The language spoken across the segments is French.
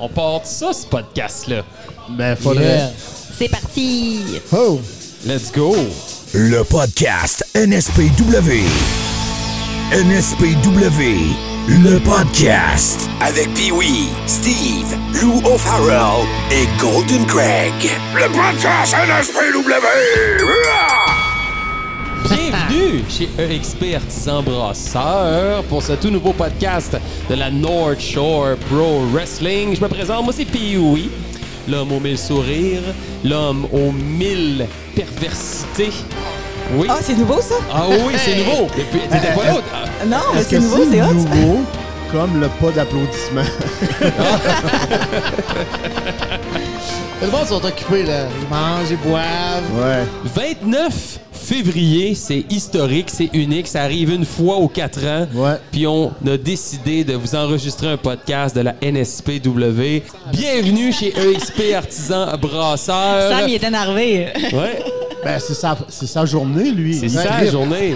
On part de ça, ce podcast-là. Ben, faudrait. Yeah. C'est parti! Oh! Let's go! Le podcast NSPW. NSPW, le podcast. Avec Pee-Wee, Steve, Lou O'Farrell et Golden Craig. Le podcast NSPW. Bienvenue chez EXP Artisan Brasseur pour ce tout nouveau podcast de la North Shore Pro Wrestling. Je me présente, moi c'est Pee-Wee, l'homme aux mille sourires, l'homme aux mille perversités. Oui. Ah, c'est nouveau ça? Ah oui, c'est nouveau. Depuis, t'étais pas là. Ah, Non, mais Est-ce c'est que nouveau, c'est hot. ça. nouveau, comme le pas d'applaudissement. Tout le monde sont occupés, là. Ils mangent, ils boivent. Ouais. 29 février, c'est historique, c'est unique, ça arrive une fois aux quatre ans. Ouais. Puis on a décidé de vous enregistrer un podcast de la NSPW. Bienvenue chez E EXP Artisan Brasseur. Sam, il est énervé. Ouais, Ben, c'est sa, c'est sa journée, lui. c'est Il ça la trippe. journée.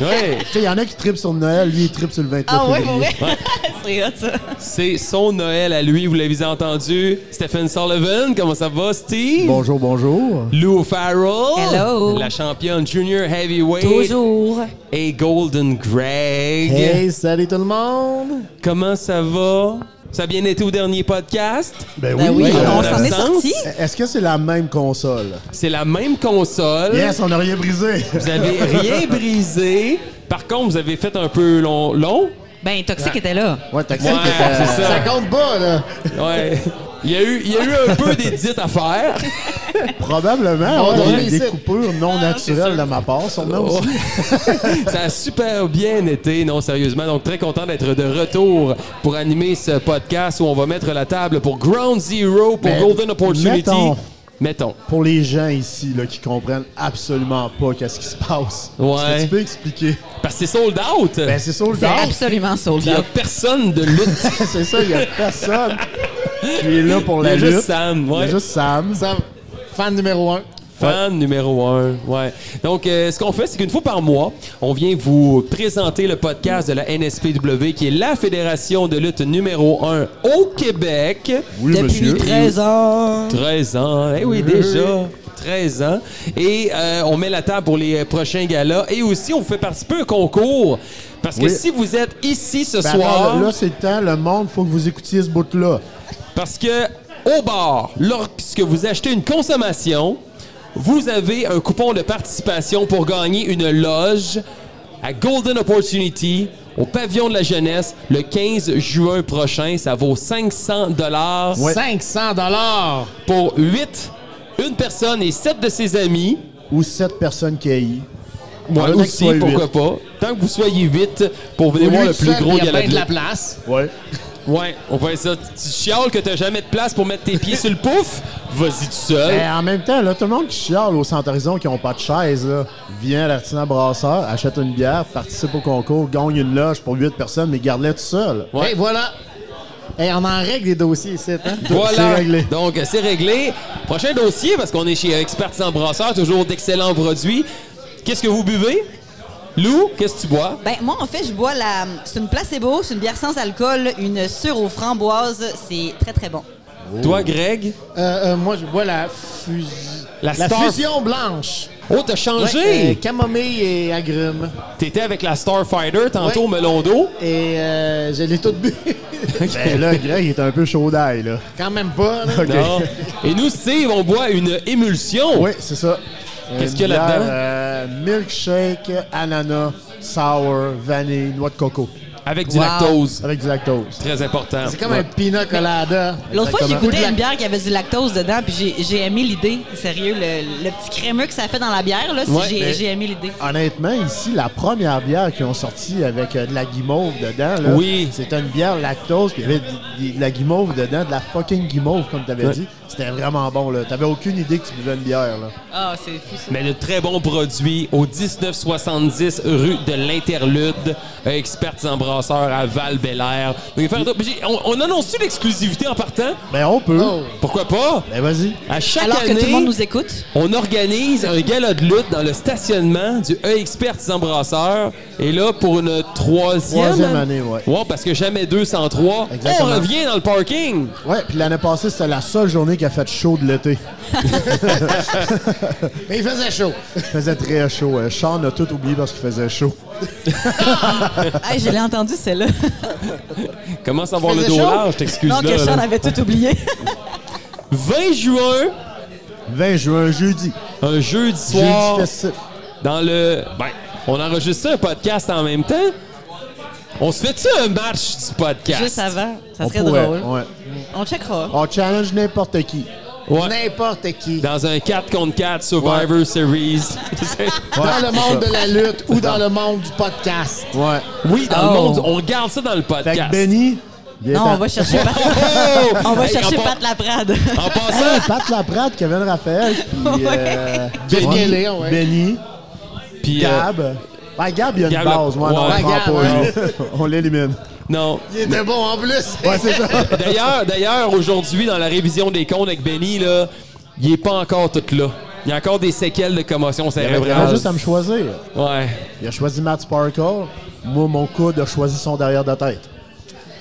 Ouais, Tu sais, il y en a qui tripent sur Noël, lui, il tripe sur le 29 Ah ouais, pour février. vrai? C'est hot, ça. c'est son Noël à lui, vous l'avez entendu. Stephen Sullivan, comment ça va, Steve? Bonjour, bonjour. Lou Farrell, Hello. la championne junior heavyweight Toujours. et Golden Greg. Hey, salut tout le monde! Comment ça va? Ça a bien été au dernier podcast? Ben Ben oui, oui, on en s'en est absence. sorti. E-, Est-ce que c'est la même console? C'est la même console. Yes, on n'a rien brisé! Vous avez rien brisé. Par contre, vous avez fait un peu long. long. Ben, Toxic était là. Ouais, t'as Ouais, c'est ça. Ça compte pas, là. Ouais. Il y a eu, il y a eu un peu d'édite à faire. Probablement, On ouais, dormait des ici. coupures non naturelles de ma part, sûrement aussi. Ça a super bien été, non, sérieusement. Donc, très content d'être de retour pour animer ce podcast où on va mettre la table pour Ground Zero, pour Mais Golden Opportunity. Ben, mettons. Mettons. Pour les gens ici là, qui comprennent absolument pas qu'est-ce qui se passe, Ouais. est-ce que tu peux expliquer? Parce que c'est sold out. Ben, c'est ça le C'est dance. absolument sold il n'y a out. personne de lutte. C'est ça, il n'y a personne qui est là pour la Il y a lutte. juste Sam, ouais. Il y a juste Sam. Sam, fan numéro un. Fan numéro un, ouais. Donc, euh, ce qu'on fait, c'est qu'une fois par mois, on vient vous présenter le podcast de la NSPW, qui est la fédération de lutte numéro un au Québec. Oui, monsieur. 13 ans. 13 ans, eh oui, déjà. 13 ans. Et euh, on met la table pour les euh, prochains galas. Et aussi, on vous fait participer à un concours. Parce que Oui. si vous êtes ici ce Ben soir, alors, là, c'est le temps, le monde, faut que vous écoutiez ce bout-là. parce que au bar, lorsque vous achetez une consommation, vous avez un coupon de participation pour gagner une loge à Golden Opportunity au pavillon de la jeunesse le 15 juin prochain. Ça vaut 500 dollars 500 dollars. pour 8, une personne et 7 de ses amis. Ou sept personnes qui haïssent. Moi Alors, aussi, tant que tu sois pourquoi pas. Tant que vous soyez 8 pour venir voir le plus gros Il y a gala bien de la lutte. place. Ouais. Ouais, on fait ça. Tu chiales que t'as jamais de place pour mettre tes pieds sur le pouf? Vas-y tout seul. Ben, en même temps, là, tout le monde qui chiale au Centre Horizon qui n'ont pas de chaise, là, vient à l'artisan brasseur, achète une bière, participe au concours, gagne une loge pour huit personnes, mais garde-la tout seul. Ouais. Et voilà. Et on en règle des dossiers ici, hein? Voilà. C'est réglé. Donc, c'est réglé. Prochain dossier, parce qu'on est chez Experts en brasseur, toujours d'excellents produits. Qu'est-ce que vous buvez? Lou, qu'est-ce que tu bois? Ben, moi, en fait, je bois la. C'est une placebo, c'est une bière sans alcool, une sûre aux framboises. C'est très, très bon. Oh. Toi, Greg? Euh, euh, moi, je bois la fusion. La Star- fusion blanche. Oh, t'as changé! Ouais, euh, camomille et agrumes. T'étais avec la Starfighter, tantôt Ouais. melon d'eau. Et euh, je l'ai tout bu. Ben là, Greg, il est un peu chaud d'ail, là. Quand même pas, là. Non. Et nous, Steve, on boit une émulsion. Oui, c'est ça. Qu'est-ce Une qu'il y a là-dedans? bière, euh, milkshake, ananas, sour, vanille, noix de coco. Avec du Wow. lactose. Avec du lactose. Très important. C'est comme un pina colada. L'autre fois, j'ai Exactement. goûté Ou de la- une bière qui avait du lactose dedans, puis j'ai- j'ai aimé l'idée. Sérieux, le, le petit crémeux que ça fait dans la bière, là, si Ouais, j'ai mais- j'ai aimé l'idée. Honnêtement, ici, la première bière qu'ils ont sortie avec euh, de la guimauve dedans, là, Oui. c'était une bière lactose, puis il y avait du- du- de la guimauve dedans, de la fucking guimauve, comme t'avais Ouais. dit. C'était vraiment bon, là. T'avais aucune idée que tu buvais une bière, là. Ah, c'est fou, ça. Mais de très bons produits au 1970 rue de l'Interlude, experts euh, en brasseur à val belair on, on annonce-tu l'exclusivité en partant? Ben, on peut. Oh. Pourquoi pas? Ben, vas-y. À chaque Alors que année, tout le monde nous écoute. on organise un gala de lutte dans le stationnement du E E-Expert Artisan Brasseur. Et là, pour une troisième, Troisième année, ouais. Ouais, parce que jamais 203, Exactement. on revient dans le parking. Ouais, puis l'année passée, c'était la seule journée qui a fait chaud de l'été. Mais il faisait chaud. Il faisait très chaud. Euh, Sean a tout oublié parce qu'il faisait chaud. Ah, je l'ai entendu, celle-là. Commence à avoir le faisait dos chaud? large, t'excuses Non, que là, Sean là. avait tout oublié. 20 juin, 20 juin, jeudi. un jeudi Jeudi soir, festif. dans le... Ben, on enregistre ça, un podcast en même temps. On se fait-tu un match du podcast? Juste avant. Ça On serait pourrait, drôle. ouais. On checkera. On challenge n'importe qui. Ouais. N'importe qui. Dans, Dans un 4 contre 4 Survivor Series. Ouais, le c'est monde ça. de la lutte ou dans le monde du podcast. Ouais. oui, dans le Oh. monde, on garde ça dans le Fait Ah, podcast. que Benny, viens Non, on va chercher Pat, Oh! on va Hey, chercher en pa- Pat Laprade. En passant, Pat Laprade, Kevin Raphaël, puis euh, Bill Benny, Guélé, ouais. Benny, puis euh, Gab. Ouais, Gab, il y a une Gab, base. Ouais, ouais. non, on Ouais, le prend Gab, pas, ouais. lui. on l'élimine. non. Il était bon en plus. Ouais, c'est ça. D'ailleurs, d'ailleurs, aujourd'hui dans la révision des comptes avec Benny là, il est pas encore tout là. Il y a encore des séquelles de commotion Il avait cérébrale. juste à me choisir. Ouais. Il a choisi Matt Sparkle. Moi, mon coude a choisi son derrière de tête.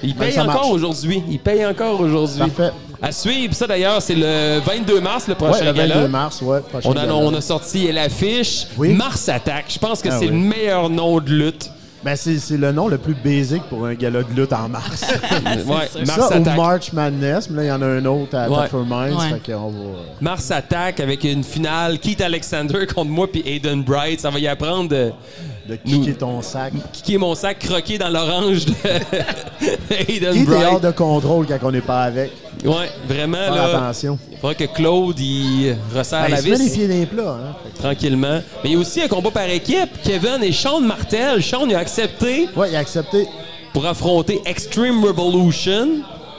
Il Ben, paye ça marche. encore aujourd'hui. Il paye encore aujourd'hui. Parfait. À suivre, ça d'ailleurs, c'est le 22 mars le prochain Ouais, le 22 gala. mars, ouais. prochain On a, gala. on a sorti l'affiche Oui. Mars Attack. Je pense que Ah c'est le oui. meilleur nom de lutte. Ben, c'est c'est le nom le plus basique pour un gala de lutte en mars. Ouais, Mars ça, ou Attack. March Madness, mais là, il y en a un autre à Ouais. Tougher Minds, Ouais. fait qu'on va... Mars attaque avec une finale. Keith Alexander contre moi puis Aiden Bright. Ça va y apprendre de de kicker ton sac. kicker mon sac croqué dans l'orange de Aiden Qui est hors Bright. de contrôle quand on n'est pas avec? Ouais, vraiment Faire là. attention. Il faudra que Claude il resserre Ben, il la se met les vis pieds dans les plats. Hein? Fait tranquillement. Mais il y a aussi un combat par équipe. Kevin et Sean Martel. Sean il a accepté que- Ouais, il a accepté. pour affronter Extreme Revolution.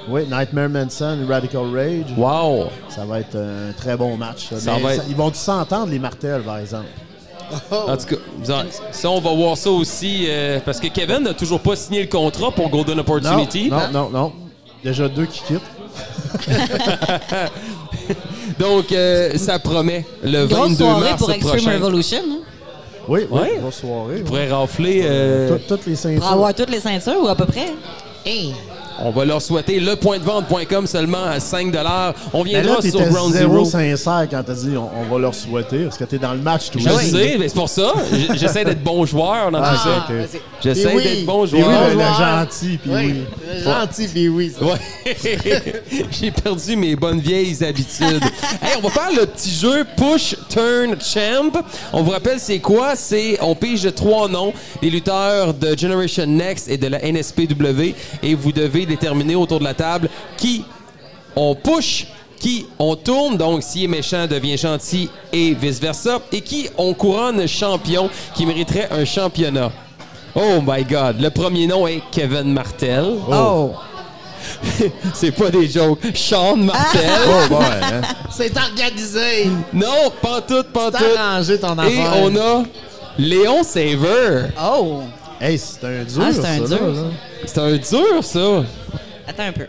Oui, Nightmare Manson, Radical Rage. Wow. Ça va être un très bon match. ça. Ça Mais va ça- être- ils vont s'entendre, les martels, par exemple. En tout cas, vous en- ça on va voir ça aussi euh, parce que Kevin n'a toujours pas signé le contrat pour Golden Non, Opportunity. non, non, non. Déjà deux qui quittent. Donc, euh, ça promet le Grosse 22 soirée mars pour Extreme prochain. Revolution. hein. Oui, oui, Ouais. grosse soirée. On pourrait rafler. euh, Tout- Toutes les Pour ceintures. avoir toutes les ceintures ou à peu près. Hey. on va leur souhaiter le point de vente.com seulement à 5 On Mais viendra là, t'étais sur Ground Zero. zéro sincère quand t'as dit on, on va leur souhaiter, parce que t'es dans le match tout Je le seul. sais, mais c'est pour ça. J- J'essaie d'être bon joueur dans Ah, tout ça. ok. c'est- J'essaie Puis oui. d'être bon Puis oui, joueur. le, le Bonjour. gentil, puis oui. Oui, le gentil, puis oui. Ouais. J'ai perdu mes bonnes vieilles habitudes. Hey, on va faire le petit jeu Push Turn Champ. On vous rappelle c'est quoi C'est on pige trois noms des lutteurs de Generation Next et de la NSPW et vous devez déterminer autour de la table qui on push, qui on tourne, donc si est méchant devient gentil et vice-versa, et qui on couronne champion qui mériterait un championnat. Oh my god, le premier nom est Kevin Martel. Oh. C'est pas des jokes. Sean Martel. Oh, boy, hein. C'est organisé. Non, pantoute, pantoute. T'as arrangé ton Et affaire. on a Léon Saver. Oh! Hey, c'est un dur, Ah, c'est un ça, dur, là. C'est un dur, ça. Attends un peu.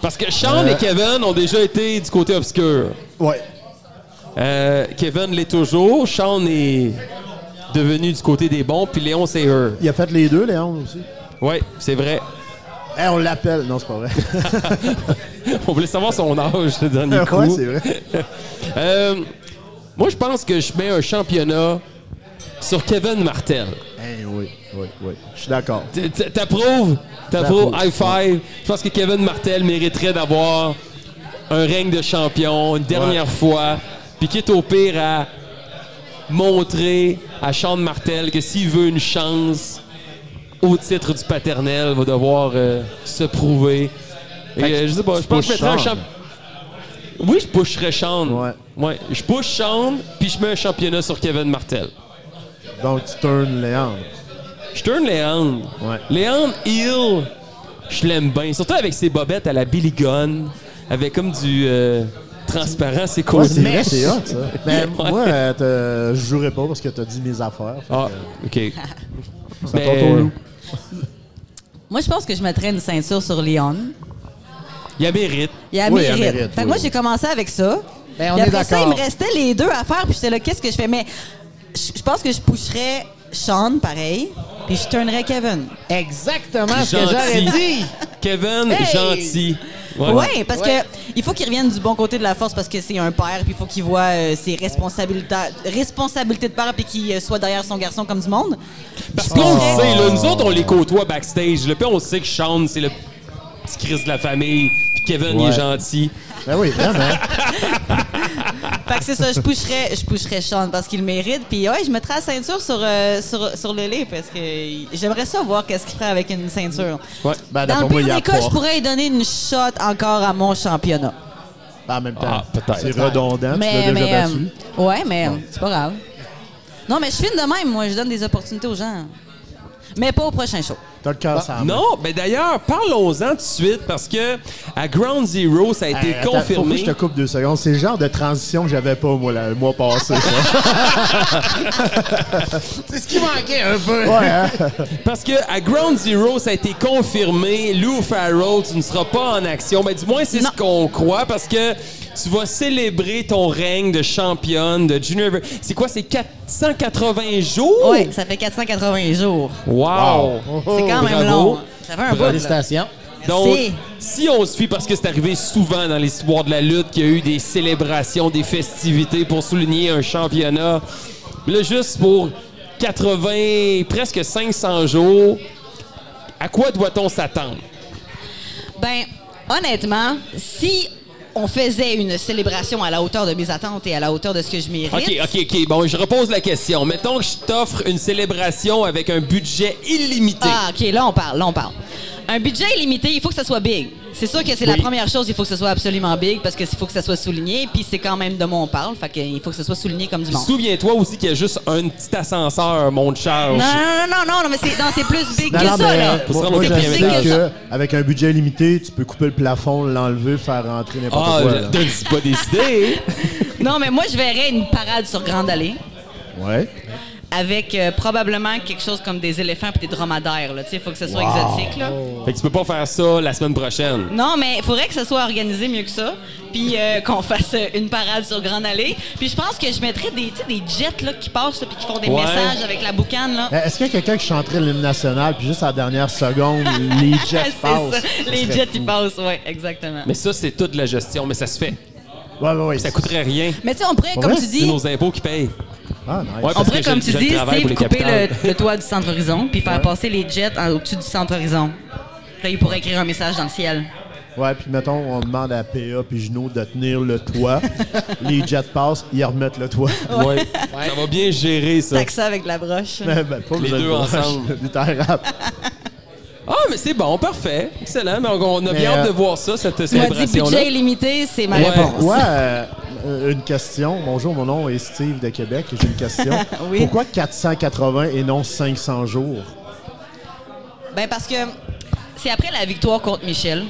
Parce que Sean Euh. et Kevin ont déjà été du côté obscur. Ouais. Euh, Kevin l'est toujours. Sean est devenu du côté des bons. Puis Léon Saver. Il a fait les deux, Léon, aussi. Ouais, c'est vrai. Hey, on l'appelle. Non, c'est pas vrai. on voulait savoir son âge, le dernier coup. ouais, c'est vrai. Euh, moi, je pense que je mets un championnat sur Kevin Martel. Hey, oui, oui, oui. Je suis d'accord. T- t- T'approuves? T'approuves? J'approuve. High five. Je pense que Kevin Martel mériterait d'avoir un règne de champion une dernière fois. Puis quitte au pire à montrer à Sean Martel que s'il veut une chance au titre du paternel, il va devoir euh, se prouver. Et, Fait que euh, je sais pas, tu je pense que je pushes mettrais un Sean. champ- Oui, je pusherais Sean. Ouais. Ouais. Je push Sean, puis je mets un championnat sur Kevin Martel. Donc, tu turns Léandre. Je tourne Léandre. Ouais. Léandre Hill, je l'aime bien. Surtout avec ses bobettes à la Billy Gunn, avec comme du euh, transparent, c'est cool. Ouais, c'est vrai, c'est hot, ça. Mais Ouais. moi, euh, te- je jouerais pas parce que t'as dit mes affaires. Fait Ah, que, ok. euh, c'est Mais- ton tour, Lou. Moi, je pense que je mettrais une ceinture sur Leon. Il y a mérite. Il y a Oui, mérite. il y a mérite, Fait que oui, moi, oui. j'ai commencé avec ça. Ben, on Puis est après ça, il d'accord. me restait les deux à faire, puis j'étais là, qu'est-ce que je fais? Mais je je pense que je pousserais Sean, pareil, puis je tournerais Kevin. Exactement ce que j'aurais Gentil. dit. Kevin, Hey! gentil. Ouais. Oui, parce Ouais. que il faut qu'il revienne du bon côté de la force parce que c'est un père, puis il faut qu'il voit euh, ses responsabilités, responsabilités de père, puis qu'il euh, soit derrière son garçon comme du monde. Parce qu'on le sait, là, nous autres, on les côtoie backstage. Là, puis on sait que Sean, c'est le petit Chris de la famille. Puis Kevin, il est Ouais. gentil. Ben oui, vraiment. Fait que c'est ça, je pousserais, je pousserais Sean parce qu'il le mérite, puis ouais, je mettrais la ceinture sur, euh, sur, sur le lait parce que j'aimerais ça voir qu'est-ce qu'il ferait avec une ceinture. Ouais. Ben, Dans d'après le moi, il y pire a des cas, je pas. pourrais y donner une shot encore à mon championnat. Ben, en même temps, Ah, peut-être. c'est redondant, mais, tu l'as mais, déjà euh, battu. ouais, mais euh, c'est pas grave. Non, mais je filme de même, moi, je donne des opportunités aux gens. Mais pas au prochain show. T'as le cœur sans main. Non, mais d'ailleurs, parlons-en tout de suite parce que à Ground Zero, ça a été Hey, attends, faut que confirmé. je te coupe deux secondes. C'est le genre de transition que j'avais pas, moi, là, le mois passé. ça. C'est ce qui manquait un peu. ouais, hein? Parce que à Ground Zero, ça a été confirmé. Lou Farrell, tu ne seras pas en action. Mais du moins, c'est ce Non. qu'on croit parce que tu vas célébrer ton règne de championne de Junior. C'est quoi, c'est 480 Oh! jours? Ouais, ça fait 480 jours. Wow! C'est quand Bravo. même long. Ça fait un bout. là. Félicitations. Donc, Merci. si on se fie, parce que c'est arrivé souvent dans l'histoire de la lutte qu'il y a eu des célébrations, des festivités pour souligner un championnat, là, juste pour 80, presque 500 jours, à quoi doit-on s'attendre? Ben, honnêtement, si on faisait une célébration à la hauteur de mes attentes et à la hauteur de ce que je mérite, OK, OK, OK. Bon, je repose la question. Mettons que je t'offre une célébration avec un budget illimité. Ah, OK, là, on parle, là, on parle. Un budget illimité, il faut que ça soit big. C'est sûr que c'est la Oui. première chose, il faut que ça soit absolument big parce qu'il faut que ça soit souligné, puis c'est quand même de moi on parle, fait qu'il faut que ça soit souligné comme du monde. Souviens-toi aussi qu'il y a juste un petit ascenseur, mon Ah, charge. Non, Ah, non, non, non, non, mais c'est, non, c'est plus big Non, que non, ça, mais euh, là. Faut se moi, rendre au moi, je quatrième sais étage. que avec un budget limité, tu peux couper le plafond, l'enlever, faire rentrer n'importe Ah, quoi. je- là. donne c'est pas décidé. Non, mais moi, je verrais une parade sur Grande Allée Ouais. avec euh, probablement quelque chose comme des éléphants et des dromadaires, là. Tu sais, il faut que ce soit exotique, là. fait que tu peux pas faire ça la semaine prochaine. Non, mais il faudrait que ce soit organisé mieux que ça, puis euh, qu'on fasse euh, une parade sur Grande Allée. Puis je pense que je mettrais des, tu sais, des jets là, qui passent, là, puis qui font des Ouais. messages avec la boucane. Là. Euh, Est-ce qu'il y a quelqu'un qui chanterait l'hymne national, puis juste à la dernière seconde, les jets C'est passent? ça. Ça Les serait jets, fou. ils passent, oui, exactement. Mais ça, c'est toute la gestion, mais ça se fait. Ouais, ouais, ouais. Ça coûterait rien. Mais tu sais, on pourrait, Pour comme vrai? tu C'est dis, nos impôts qui payent. Ah, nice. Ouais, on parce pourrait, que comme je- tu je dis, travaille pour Steve, les couper le, capitales. le toit du centre horizon, puis faire passer les jets en- au-dessus du centre horizon. Là, ils pourraient écrire un message dans le ciel. Ouais, puis mettons, on demande à PA puis Gino de tenir le toit. les jets passent, ils remettent le toit. Ouais. Ça va bien gérer ça. Tac ça avec la broche. Ben, pas Les besoin de deux broche, ensemble. du terre rap. Ah, mais c'est bon, parfait. Excellent. Mais on on a Mais, bien hâte euh, de voir ça, cette Tu m'as dit célébration-là. budget illimité, c'est ma Ouais. réponse. Pourquoi, euh, euh, une question. Bonjour, mon nom est Steve de Québec. J'ai une question. Oui. Pourquoi 480 et non 500 jours? Ben parce que c'est après la victoire contre Michel.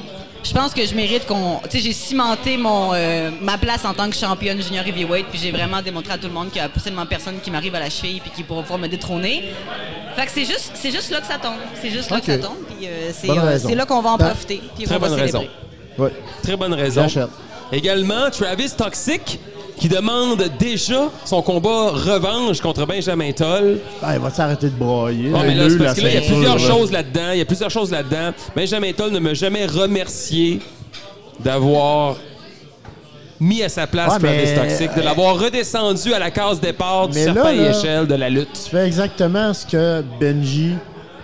Je pense que je mérite qu'on. Tu sais, j'ai cimenté mon, euh, ma place en tant que championne junior heavyweight, puis j'ai vraiment démontré à tout le monde qu'il n'y a absolument personne qui m'arrive à la cheville puis qui pourra pouvoir me détrôner. Fait que c'est juste, c'est juste là que ça tombe. C'est juste là Ok. que ça tombe, puis euh, c'est, Bonne euh, raison. c'est là qu'on va en Ben, profiter. Puis Très qu'on va bonne célébrer. raison. Ouais. Très bonne raison. J'achète. Également, Travis Toxic qui demande déjà son combat revanche contre Benjamin Toll. Ah, il va s'arrêter de broyer. Ah, mais là, c'est eu parce la que là, il y a ceinture, plusieurs là. choses là-dedans. Il y a plusieurs choses là-dedans. Benjamin Toll ne m'a jamais remercié d'avoir mis à sa place Ouais, Travis mais- euh, Toxic, de l'avoir redescendu à la case départ du Mais là, serpent et là- échelle de la lutte. Tu fais exactement ce que Benji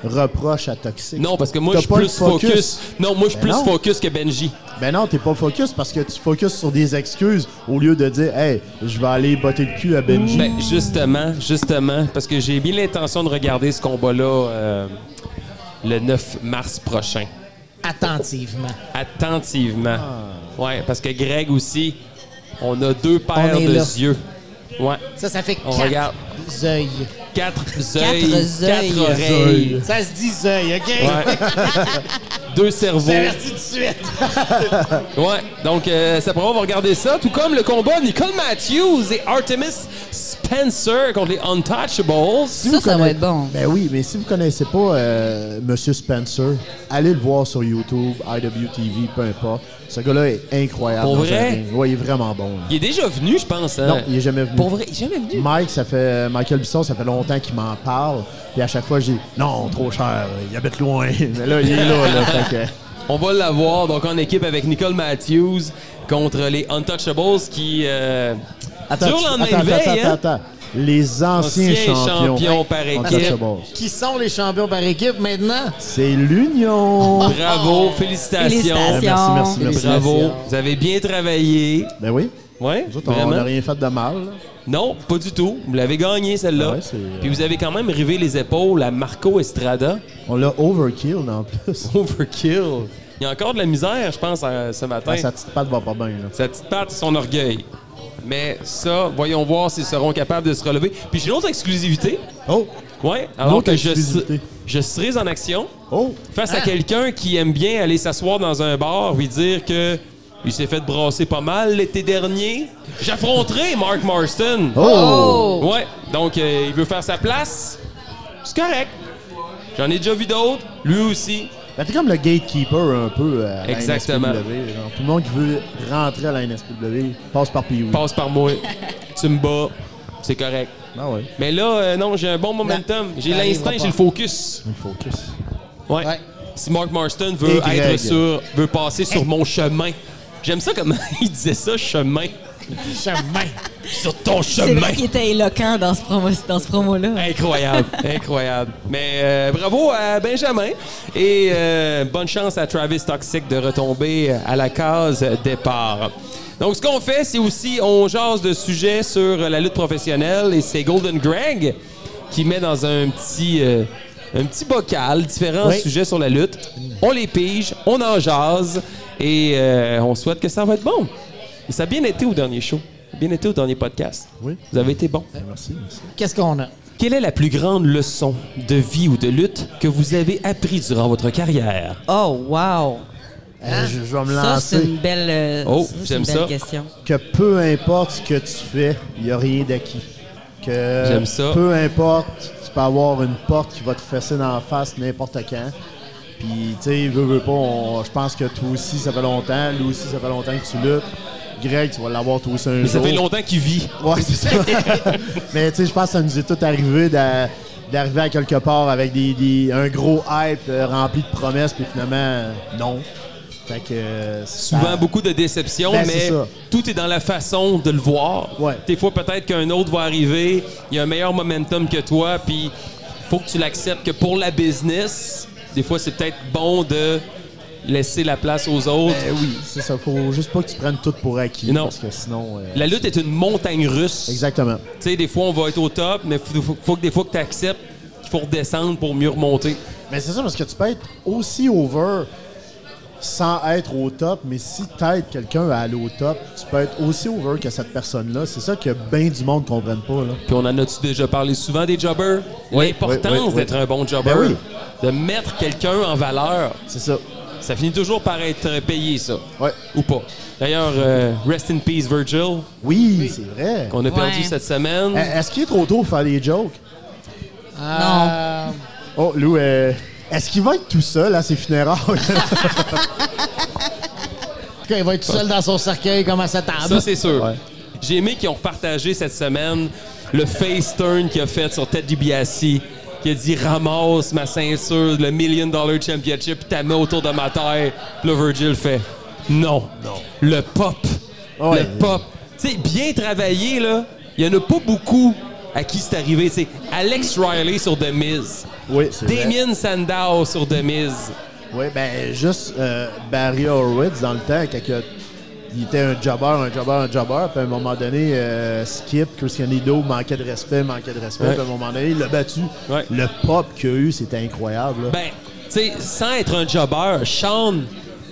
reproche à Toxic. Non, parce que moi, T'as je suis pas le plus focus. Non, moi, je suis Ben plus non. focus que Benji. Ben non, t'es pas focus parce que tu focuses sur des excuses au lieu de dire, hey, je vais aller botter le cul à Benji. Ben, justement, justement, parce que j'ai bien l'intention de regarder ce combat-là euh, le 9 mars prochain. Attentivement. Attentivement. Ah. Ouais, parce que Greg aussi, on a deux paires est de là. yeux. Ouais. Ça, ça fait On quatre regarde. œils. Quatre yeux, quatre, yeux. oreilles. Ça se dit œils, OK? Ouais. Deux cerveaux. J'avertis tout de suite. Ouais. Donc, euh, ça pourra, on va regarder ça. Tout comme le combat Nicole Matthews et Artemis Spence. Spencer contre les Untouchables. vous ça va connaissez- être bon. Ben oui, mais si vous connaissez pas euh, Monsieur Spencer, allez le voir sur YouTube, IWTV, peu importe. Ce gars-là est incroyable. Pour dans un vrai? ring. Ouais, il est vraiment bon. là. Il est déjà venu, je pense. hein? Non, il est jamais venu. Pour vrai, il est jamais venu. Mike, ça fait Michael Bisson, ça fait longtemps qu'il m'en parle. Puis à chaque fois, j'ai non, trop cher, il habite loin. Mais là, il est là, là. fait que- On va l'avoir donc en équipe avec Nicole Matthews contre les Untouchables qui. Euh, Attends, durent tu- le lendemain de attends, veille, attends, hein? attends, attends. Les anciens, Anciens champions. champions par équipe. Untouchables. Qui sont les champions par équipe maintenant? C'est l'union. hein? Eh, Bravo, Félicitations. félicitations. merci, merci, merci. Bravo, vous avez bien travaillé. Ben oui. Ouais, Nous autres, on vraiment. n'a rien fait de mal. là. Non, pas du tout. Vous l'avez gagné celle-là. Ah ouais, c'est, euh, Puis vous avez quand même rivé les épaules à Marco Estrada. On l'a overkill en plus. Overkill. Ben. Il y a encore de la misère, je pense, à- ce matin. Ah, sa petite patte va pas bien. là. Sa petite patte, son orgueil. Mais ça, voyons voir s'ils seront capables de se relever. Puis j'ai une autre exclusivité. Oh! Ouais, alors autre que je, exclusivité. je serai en action Oh! face à Ah. quelqu'un qui aime bien aller s'asseoir dans un bar lui dire que il s'est fait brasser pas mal l'été dernier. J'affronterai Mark Marston. Oh! Ouais, donc euh, il veut faire sa place. C'est correct. J'en ai déjà vu d'autres. Lui aussi. Ben, T'es comme le gatekeeper un peu euh, à la Exactement. NSPW, genre. Tout le monde qui veut rentrer à la NSPW passe par Pee-Wee. Passe par moi. tu me bats. C'est correct. Ah ouais. Mais là, euh, non, j'ai un bon momentum. J'ai ça arrivera l'instinct, pas. j'ai le focus. Il focus. Ouais. Ouais. Si Mark Marston veut Et être Greg. sur, veut passer sur mon chemin. J'aime ça comment il disait ça, chemin. Chemin. Sur ton C'est chemin. vrai qu'il était éloquent dans ce promo- dans ce promo-là. Incroyable, incroyable. Mais euh, bravo à Benjamin et euh, bonne chance à Travis Toxic de retomber à la case départ. Donc, ce qu'on fait, c'est aussi on jase de sujets sur la lutte professionnelle et c'est Golden Greg qui met dans un petit, euh, un petit bocal différents Oui. sujets sur la lutte. On les pige, on en jase et euh, on souhaite que ça va être bon. Et ça a bien été au dernier show, bien été au dernier podcast. Oui. Vous avez été bon. Ben, merci, merci. Qu'est-ce qu'on a? Quelle est la plus grande leçon de vie ou de lutte que vous avez appris durant votre carrière? Ah, Oh, wow! Euh, je, je vais me Hein? Ça, c'est lancer. une belle, euh, Oh, c'est j'aime une belle ça. question. Que peu importe ce que tu fais, il n'y a rien d'acquis. Que J'aime ça. Peu importe, tu peux avoir une porte qui va te fesser dans la face n'importe quand. Puis, tu sais, veux, veux pas, on- je pense que toi aussi, ça fait longtemps. Lui aussi, ça fait longtemps que tu luttes. Greg, tu vas l'avoir toi aussi un Mais ça jour. fait longtemps qu'il vit. Ouais, c'est ça. Mais tu sais, je pense que ça nous est tout arrivé d'a- d'arriver à quelque part avec des, des- un gros hype euh, rempli de promesses, puis finalement, euh, non. Fait que. euh, ça- Souvent beaucoup de déceptions, Ben, mais c'est ça. tout est dans la façon de le voir. Ouais. Des fois, peut-être qu'un autre va arriver, il y a un meilleur momentum que toi, puis faut que tu l'acceptes que pour la business, des fois, c'est peut-être bon de laisser la place aux autres. Ben oui, c'est ça. Faut juste pas que tu prennes tout pour acquis. Non. Parce que sinon. euh, La lutte est une montagne russe. Exactement. Tu sais, des fois, on va être au top, mais faut, faut- faut que des fois que tu acceptes qu'il faut redescendre pour mieux remonter. Mais c'est ça, parce que tu peux être aussi over sans être au top, mais si t'aides quelqu'un à aller au top, tu peux être aussi over que cette personne-là. C'est ça que bien du monde ne comprenne pas. Là. Puis on en a-tu déjà parlé souvent des jobbers? L'importance oui, oui, oui. d'être un bon jobber. Ben oui. De mettre quelqu'un en valeur. C'est ça. Ça finit toujours par être payé, ça. Ouais. Ou pas. D'ailleurs, euh, rest in peace, Virgil, Oui, c'est vrai. qu'on a perdu Ouais. cette semaine. Euh, Est-ce qu'il est trop tôt pour faire des jokes? Euh, Oh, Lou, euh, est-ce qu'il va être tout seul à ses funérailles? En tout cas, il va être tout seul dans son cercueil comme à sa table. Ah, Ça, c'est sûr. Ouais. J'ai aimé qu'ils ont partagé cette semaine le face turn qu'il a fait sur Ted DiBiase, qui a dit ramasse ma ceinture, le Million Dollar Championship, puis t'as mis autour de ma taille. Puis là, Virgil fait non. Le pop. Ah Ouais. Le pop. Tu sais, bien travaillé, là, il y en a pas beaucoup à qui c'est arrivé. C'est Alex Riley sur The Miz. oui, c'est vrai. Damien Sandow sur The Miz. Oui, ben juste euh, Barry Horowitz dans le temps, quand il a- il était un jobber, un jobber, un jobber, puis à un moment donné, euh, Skip, Christianido manquait de respect, manquait de respect, Ouais. puis à un moment donné, il l'a battu. Ouais. Le pop qu'il a eu, c'était incroyable. là. Ben, tu sais, sans être un jobber, Sean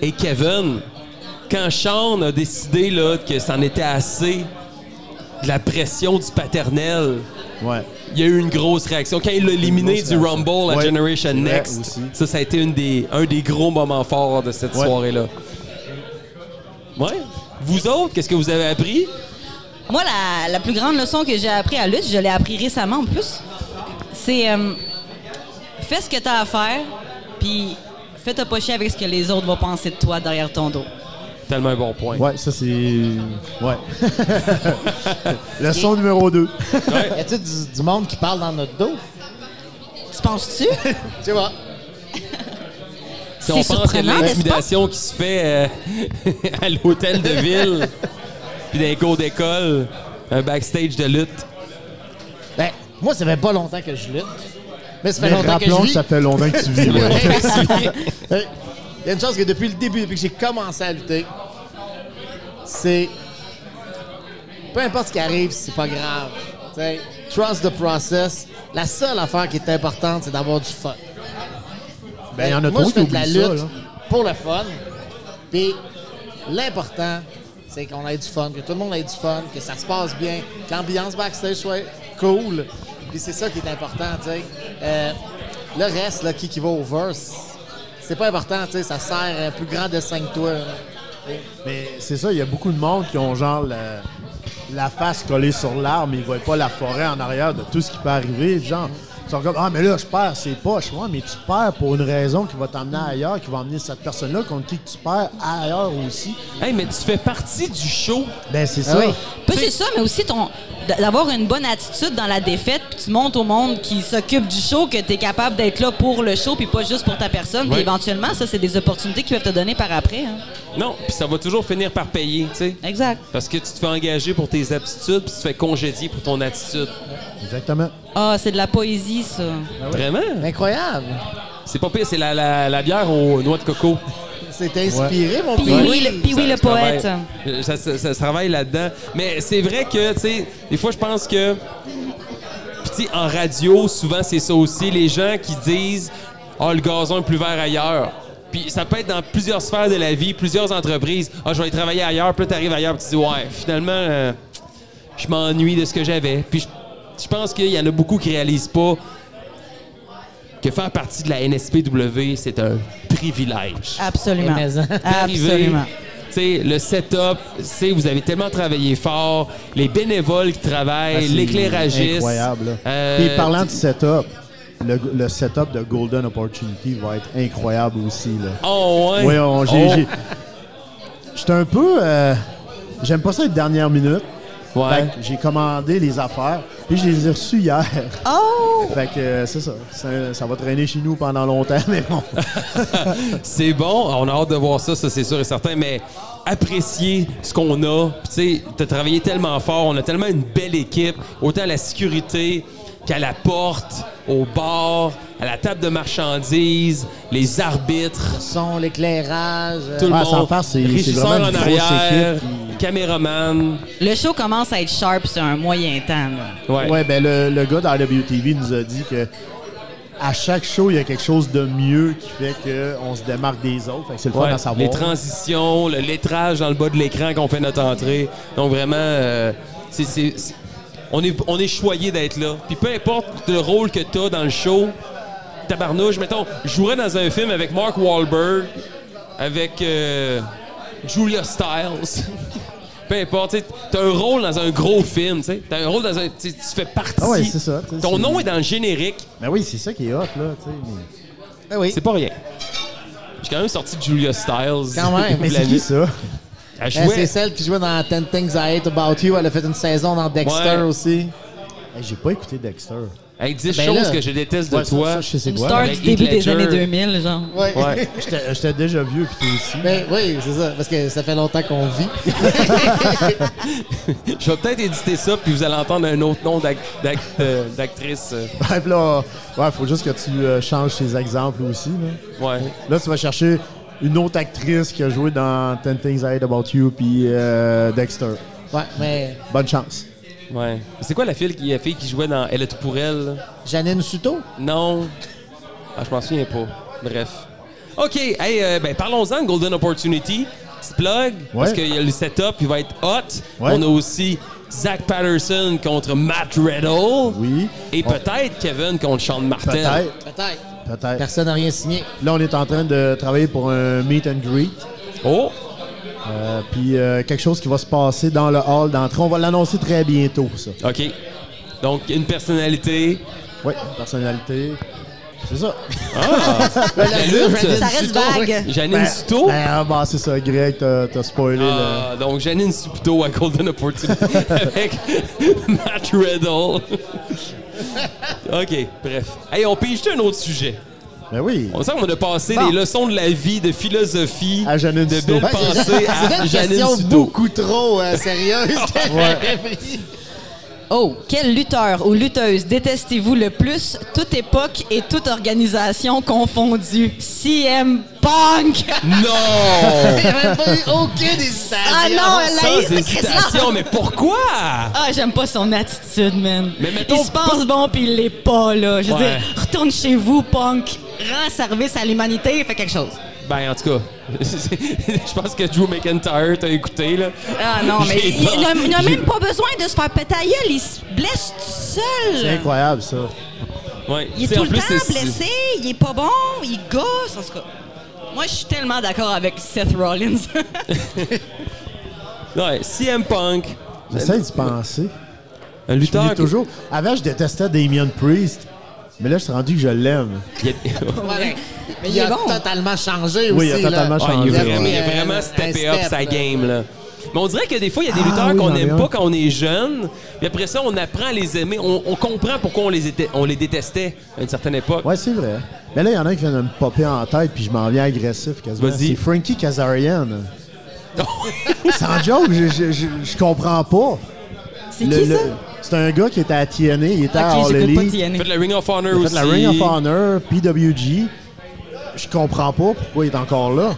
et Kevin, quand Sean a décidé là, que c'en était assez de la pression du paternel, ouais. il y a eu une grosse réaction. Quand il l'a éliminé grosse du réaction. Rumble à Ouais, Generation c'est vrai Next, aussi. ça, ça a été une des, un des gros moments forts de cette Ouais. soirée-là. Ouais. Vous autres, qu'est-ce que vous avez appris? Moi, la, la plus grande leçon que j'ai appris à lutte, je l'ai appris récemment en plus, c'est euh, fais ce que tu as à faire, puis fais-toi pas chier avec ce que les autres vont penser de toi derrière ton dos. Tellement un bon point. Ouais, ça c'est. Ouais. Leçon numéro 2. Y a-t-il du, du monde qui parle dans notre dos? Tu penses-tu? Tu vois? Si on c'est pense qu'il y a surprenant, de n'est-ce l'intimidation qui se fait euh, à l'hôtel de ville, puis dans les cours d'école, un backstage de lutte. Ben, moi, ça fait pas longtemps que je lutte. Mais ça fait Mais longtemps que je rappelons que vis. ça fait longtemps que tu vis. ouais. Hey, Il y a une chose que depuis le début, depuis que j'ai commencé à lutter, c'est. Peu importe ce qui arrive, c'est pas grave. T'sais, trust the process. La seule affaire qui est importante, c'est d'avoir du fun. Ben, il y en a Moi, trop je qui fais de la oublient ça, lutte là. pour le fun. Puis l'important, c'est qu'on ait du fun, que tout le monde ait du fun, que ça se passe bien, que l'ambiance backstage soit cool. Puis c'est ça qui est important, tu sais. Euh, le reste, là, qui, qui va au verse, c'est pas important, tu sais. Ça sert à plus grand dessin que toi. là. Mais c'est ça, il y a beaucoup de monde qui ont genre la, la face collée sur l'arbre, mais ils voient pas la forêt en arrière de tout ce qui peut arriver. Genre, ils sont comme Ah, mais là, je perds, c'est poche. Ouais, mais tu perds pour une raison qui va t'emmener ailleurs, qui va emmener cette personne-là contre qui tu perds ailleurs aussi. Hey, mais tu fais partie du show. Ben, c'est Ah ça. oui. Pas juste ça, mais aussi ton d- d'avoir une bonne attitude dans la défaite, puis tu montres au monde qui s'occupe du show que tu es capable d'être là pour le show, puis pas juste pour ta personne. Puis Ouais. éventuellement, ça, c'est des opportunités qui peuvent te donner par après. hein. Non, puis ça va toujours finir par payer, tu sais. Exact. Parce que tu te fais engager pour tes aptitudes, puis tu te fais congédier pour ton attitude. Exactement. Ah, c'est de la poésie, ça. Vraiment? Incroyable! C'est pas pire, c'est la, la- la bière aux noix de coco. C'est inspiré, mon Puis petit. oui, le, puis oui, Ça- le ça travaille- poète. euh, Ça, ça- ça se travaille là-dedans. Mais c'est vrai que, tu sais, des fois, je pense que. Puis, tu sais, en radio, souvent, c'est ça aussi. Les gens qui disent Ah, le gazon est plus vert ailleurs. Puis ça peut être dans plusieurs sphères de la vie, plusieurs entreprises. Ah, je vais aller travailler ailleurs. Puis là, t'arrives ailleurs. Puis tu dis Ouais, finalement, euh, je m'ennuie de ce que j'avais. Puis je- je pense qu'il y en a beaucoup qui réalisent pas que faire partie de la NSPW, c'est un Ah privilège Absolument. Mais, hein. arrivé. Absolument. Tu sais, le setup, c'est vous avez tellement travaillé fort, les bénévoles qui travaillent, Ah, C'est l'éclairagiste. Incroyable. là. Euh, Puis parlant de setup, le, le setup de Golden Opportunity va être incroyable aussi. Là. Oh ouais. Oui, on, j'ai, Oh. j'ai- J'étais un peu. euh, j'aime pas ça être dernière minute. Ouais. Fait que j'ai commandé les affaires, puis je les ai reçues hier. Oh! Fait que euh, c'est ça. ça. ça va traîner chez nous pendant longtemps, mais bon. C'est bon, on a hâte de voir ça, ça c'est sûr et certain, mais apprécier ce qu'on a. Puis, Tu sais, t'as travaillé tellement fort, on a tellement une belle équipe, autant à la sécurité qu'à la porte, au bar, à la table de marchandises, les arbitres. Le son, l'éclairage. euh, Tout le Ouais, sans monde, faire, c'est- c'est régisseur vraiment en une grosse arrière, équipe, caméraman, Le show commence à être sharp sur un moyen temps. là. ouais. Ouais, ben le, le gars d'RWTV nous a dit que à chaque show, il y a quelque chose de mieux qui fait qu'on se démarque des autres. Fait que c'est le fun Ouais, à savoir. les transitions, le lettrage dans le bas de l'écran qu'on fait notre entrée. Donc vraiment, euh, c'est- c'est- c'est- on est, on est choyé d'être là. Puis peu importe le rôle que t'as dans le show, tabarnouche, mettons, je jouerais dans un film avec Mark Wahlberg, avec euh, Julia Stiles. peu importe, tu sais, t'as un rôle dans un gros film, tu sais. T'as un rôle dans un... Tu sais, tu fais partie. Ah ouais, c'est ça, tu sais, Ton c'est- nom est dans le générique, Ben oui, c'est ça qui est hot, là. tu sais, mais- Ah oui. c'est pas rien. J'ai quand même sorti de Julia Stiles. Quand même, Mais c'est La qui nuit. ça? Ben, Elle Eh, jouait- c'est celle qui jouait dans 10 Things I Hate About You. Elle a fait une saison dans Dexter Ouais. aussi. Hey, j'ai pas écouté Dexter. Hey, 10 Ben choses là. que je déteste de Ouais, ça- toi. ça, je sais c'est Une quoi. star Avec du début Heath des Ledger. années 2000, genre. Ouais. Ouais. J'étais j'étais déjà vieux, puis toi aussi. Mais oui, c'est ça, parce que ça fait longtemps qu'on vit. je vais peut-être éditer ça, puis vous allez entendre un autre nom d'ac- d'ac- euh, d'actrice. euh, Bref, là, ouais, faut juste que tu euh, changes tes exemples aussi. Là. ouais. là, tu vas chercher une autre actrice qui a joué dans Ten Things I Hate About You puis euh, Dexter. Ouais, mais Bonne chance. ouais. C'est quoi la fille, qui, la fille qui jouait dans Elle est tout pour elle? là? Janine Suto, Non. Ah, je m'en souviens pas. Bref. OK. Hey, euh, ben, parlons-en de Golden Opportunity. Petite plug. Parce Ouais. qu'il y a le setup, il va être hot. Ouais. On a aussi Zach Patterson contre Matt Riddle. Oui. Et peut-être Kevin contre Sean Martin. Peut-être. peut-être. Peut-être. Personne n'a rien signé. Là, on est en train de travailler pour un meet and greet. Oh! Euh, Puis euh, quelque chose qui va se passer dans le hall d'entrée. On va l'annoncer très bientôt, ça. OK. Donc, une personnalité. Oui, personnalité. C'est ça. La lutte, Ça reste vague. Janine Souto. Ben, ah, bah, c'est ça, Greg, t'as t'as spoilé. le- Ah, donc, Janine Souto à Golden Opportunity avec Matt Riddle. OK, bref. Hey, on pige un autre sujet. Ben oui. On sent qu'on a passé Bon. des leçons de la vie, de philosophie, À Janine de Souto. belles Ben, c'est- pensées C'est à une Janine question Souto. beaucoup trop euh, sérieuse que j'aurais pris. Oh, quel lutteur ou lutteuse détestez-vous le plus, toute époque et toute organisation confondue? CM Punk! Non! Il n'y avait pas eu aucune hésitation. Ah non, elle Ça, l'a eu, c'est cette crise-là! hésitation, mais pourquoi? Ah, j'aime pas son attitude, man. Mais mettons, il se pense bon, puis il l'est pas, là. Je veux Ouais. dire, retourne chez vous, punk. Rends service à l'humanité, fais quelque chose. Ben, en tout cas, je pense que Drew McIntyre t'a écouté, là. Ah non, mais J'ai il pas- il a- il n'a j'ai- même pas besoin de se faire péter la gueule, Il se blesse tout seul. C'est incroyable, ça. Ouais. Tu Il est sais, tout en le plus, temps c'est- blessé, il est pas bon, il gosse, en tout cas. Moi, je suis tellement d'accord avec Seth Rollins. Ouais, CM Punk, J'essaie d'y penser. un Je lutteur. l'ai toujours. Avant, je détestais Damien Priest. Mais là, je suis rendu que je l'aime. qui- il est- Ouais. Mais il, Il est a bon. totalement changé Oui, il a aussi. totalement là. Ah, il, changé. a vraiment, il a Il a vraiment un steppé step, up sa là. game, là. Mais on dirait que des fois, il y a des Ah lutteurs oui, qu'on j'en ai n'aime un. pas quand on est jeune. Puis après ça, on apprend à les aimer. On, on comprend pourquoi on les, était- on les détestait à une certaine époque. Ouais, c'est vrai. Mais là, il y en a un qui vient de me popper en tête, puis je m'en viens agressif quasiment. Vas-y. C'est Frankie Kazarian. Sans joke, je, je, je, je comprends pas. C'est Le- qui le- ça? C'est un gars qui était à TNA, il était à Ok, All j'écoute pas E. Elite. TNA. Faites le Ring of Honor Il a aussi. fait la Ring of Honor, PWG. Je comprends pas pourquoi il est encore là.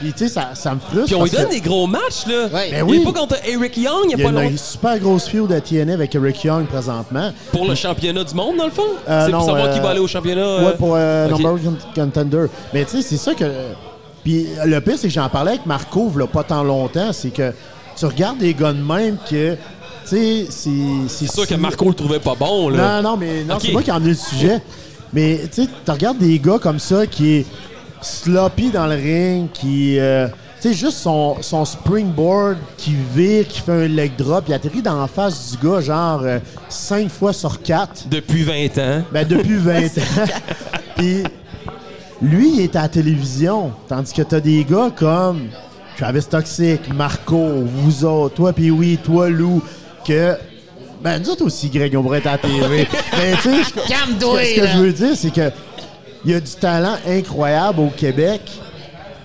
Puis tu sais, ça, ça me frustre. Puis on lui parce donne que des gros matchs, là. Ouais. Ben oui. Il est pas contre Eric Young, il Il n'y y a, a pas une longtemps. super grosse feud à TNA avec Eric Young présentement. Pour le championnat du monde, dans le fond? Euh, c'est non, pour savoir euh, qui va aller au championnat. euh, Ouais, pour euh, ok. Number One Contender. Mais tu sais, c'est ça que. Puis le pire, c'est que j'en parlais avec Marco, là, pas tant longtemps. C'est que tu regardes des gars de même que. Tu sais, c'est. C'est C'est sûr que Marco le trouvait pas bon, là. Non, non, mais non, Ok. c'est moi qui ai emmené le sujet. Mais tu sais, tu regardes des gars comme ça qui est sloppy dans le ring, qui. euh, tu sais, juste son, son springboard qui vire, qui fait un leg drop, il atterrit dans la face du gars, genre 5 fois sur 4. Depuis 20 ans. Ben, depuis 20 ans. Puis, lui, il est à la télévision. Tandis que t'as des gars comme Travis Toxic, Marco, vous autres, toi, puis oui, toi, Lou, que. Ben, nous autres aussi, Greg, on pourrait être à la TV. ben, tu sais, je- ce Calme-toi, que- ce que là. je veux dire, c'est que il y a du talent incroyable au Québec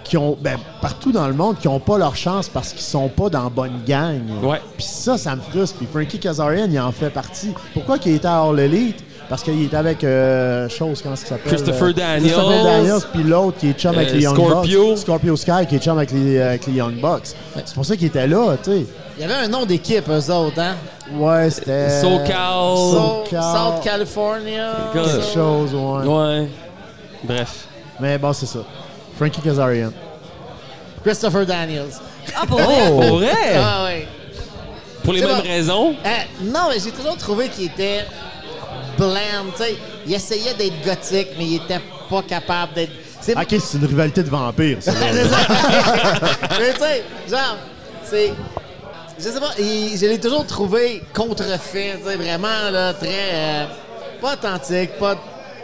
qui ont ben, partout dans le monde qui n'ont pas leur chance parce qu'ils sont pas dans bonne gang. Ouais. Puis ça, ça me frustre. Puis Frankie Kazarian, il en fait partie. Pourquoi qu'il était à All Elite? Parce qu'il était avec euh, chose, comment ça s'appelle? Euh, Christopher Daniels. Christopher Daniels, puis l'autre qui est chum avec Euh, les Young Scorpio. Bucks. Scorpio Sky qui est chum avec les, euh, avec les Young Bucks. C'est pour ça qu'il était là, tu sais. Il y avait un nom d'équipe, eux autres. Hein? Ouais, c'était. SoCal. So- SoCal. South California. Gars. Quelque chose, ouais. Ouais. Bref. Mais bon, c'est ça. Frankie Kazarian. Christopher Daniels. Ah, pour Oh. vrai? Pour vrai? Ah, ouais. Pour les C'est mêmes bon. raisons. Euh, non, mais j'ai toujours trouvé qu'il était bland. tu sais. Il essayait d'être gothique, mais il était pas capable d'être. C'est Ok, c'est une rivalité de vampires, ça. C'est ça. Mais tu sais, genre, c'est. Je sais pas, il- je l'ai toujours trouvé contrefait, tu sais, vraiment, là, très. euh, pas authentique, pas,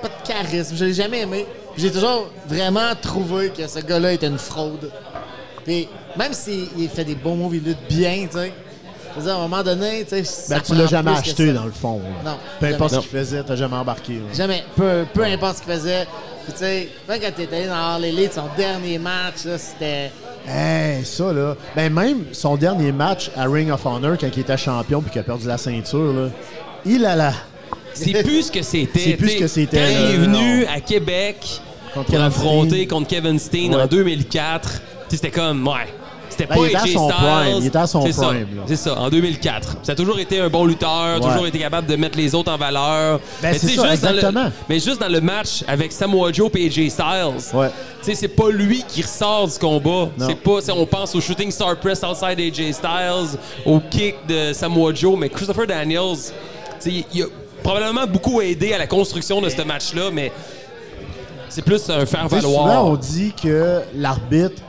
pas de charisme. Je l'ai jamais aimé. Puis J'ai toujours vraiment trouvé que ce gars-là était une fraude. Puis, même s'il il fait des bons moves, il lutte bien, tu sais. Je veux dire, à un moment donné, tu sais. ça Ben, tu l'as prend jamais plus que acheté, ça. dans le fond. là. Non, Peu importe jamais. ce qu'il faisait, t'as jamais embarqué. là. Jamais. Peu, peu importe ce qu'il faisait. Puis, tu sais, même quand t'es allé dans Harley Elite, son dernier match, là, c'était. Hey, ça, là. Ben, même son dernier match à Ring of Honor, quand il était champion puis qu'il a perdu la ceinture, là. Il a la. C'est plus ce que c'était. C'est plus t'sais. ce que c'était, Quand là, il est venu non. à Québec pour Contre Kevin affronter Steen. contre Kevin Steen Ouais. en 2004, t'sais, c'était comme, ouais. C'était Ben, pas il était à AJ son Styles. prime, il était à son C'est ça, prime, là. C'est ça, en 2004. Ça a toujours été un bon lutteur, Ouais. toujours été capable de mettre les autres en valeur. Ben, c'est t'sais, ça, juste dans le- exactement. mais juste dans le match avec Samoa Joe et AJ Styles, Ouais. t'sais, c'est pas lui qui ressort du combat. Non. C'est pas, c'est- on pense au Shooting Star Press outside AJ Styles, au kick de Samoa Joe, mais Christopher Daniels, t'sais, il il a probablement beaucoup aidé à la construction de ce match-là, mais c'est plus un Tu sais, Souvent, on faire-valoir. dit que l'arbitre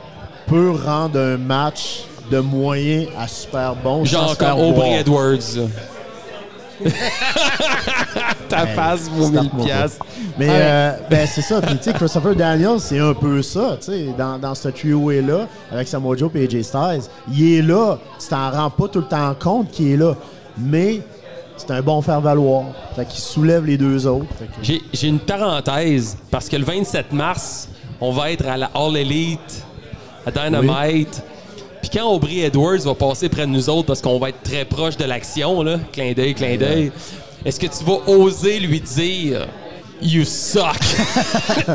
peut rendre un match de moyen à super bon. sans Genre se faire comme Aubrey voir. Edwards. Ta face, mon Start 1000 mon piastres. truc. Mais euh, ben, c'est ça. Puis, tu sais, Christopher Daniels, c'est un peu ça. Tu sais, dans, dans ce trio-là, avec Samoa Joe et AJ Styles, il est là. Tu t'en rends pas tout le temps compte qu'il est là. Mais c'est un bon faire-valoir. Fait qu'il soulève les deux autres. Fait que- J'ai j'ai une parenthèse, parce que le 27 mars, on va être à la All Elite, à Dynamite. Puis quand Aubrey Edwards va passer près de nous autres, parce qu'on va être très proche de l'action, là, clin d'œil, clin d'œil, est-ce que tu vas oser lui dire « You suck!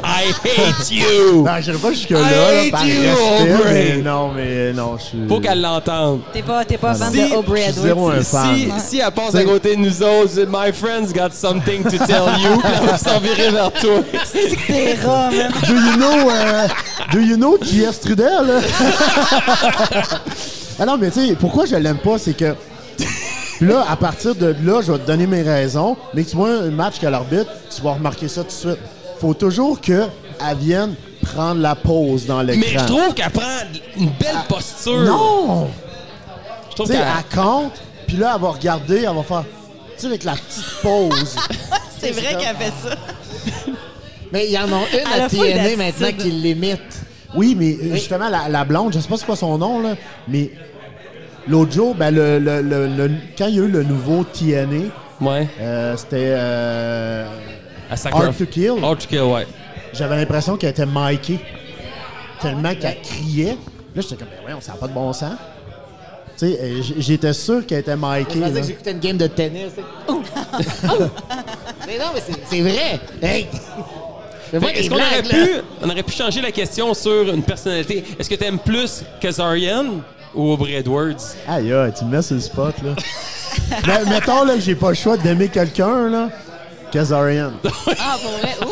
I hate you! Non, Ben, j'irai pas jusque-là, I là, par hate you, respect, Aubrey. mais non, mais non, je suis... » Faut qu'elle l'entende. T'es pas, t'es pas fan Si, de Aubrey Ah, je suis zéro Edwards. un fan. Si, si elle passe à côté de nous autres, « My friends got something to tell you », puis elle va s'en virer vers toi. C'est que t'es rat, man. Do you know, euh, do you know J.S. Trudel? ah non, mais tu sais, pourquoi je l'aime pas, c'est que là, à partir de là, je vais te donner mes raisons, mais tu vois un match qu'à l'arbitre, tu vas remarquer ça tout de suite. Faut toujours qu'elle vienne prendre la pause dans l'écran. Mais je trouve qu'elle prend une belle posture. Ah, Non! Je trouve Tu sais, qu'elle- elle compte, puis là, elle va regarder, elle va faire... Tu sais, avec la petite pause. C'est vrai qu'elle fait ça. Mais ils en ont une Elle à a full TNA d'attitude. maintenant qui l'imite. Oui, mais euh, justement, la, la blonde, je sais pas c'est quoi son nom, là, mais l'autre jour, ben, le, le- le- le- quand il y a eu le nouveau TNA, Ouais. euh, c'était euh, À Sakura- Hard to Kill. Hard to kill, ouais. J'avais l'impression qu'elle était mikey, tellement qu'elle criait. Là, j'étais comme, ben ouais, on sent pas de bon sens. Tu sais, euh, j- j'étais sûr qu'elle était Je mikey. pensais là. que j'écoutais une game de tennis. tu sais. Oh. Ouh! Ouh! mais non, mais c'est- c'est vrai. Hey! Mais moi, Fait que Est-ce tes qu'on aurait blagues, là. pu, on aurait pu changer la question sur une personnalité? Est-ce que t'aimes plus Kazarian ou Aubrey Edwards? Aïe, aïe, tu me mets sur le spot, là. Mais mettons, là, que j'ai pas le choix d'aimer quelqu'un, là. Kazarian. Ah, pour vrai. Ouh!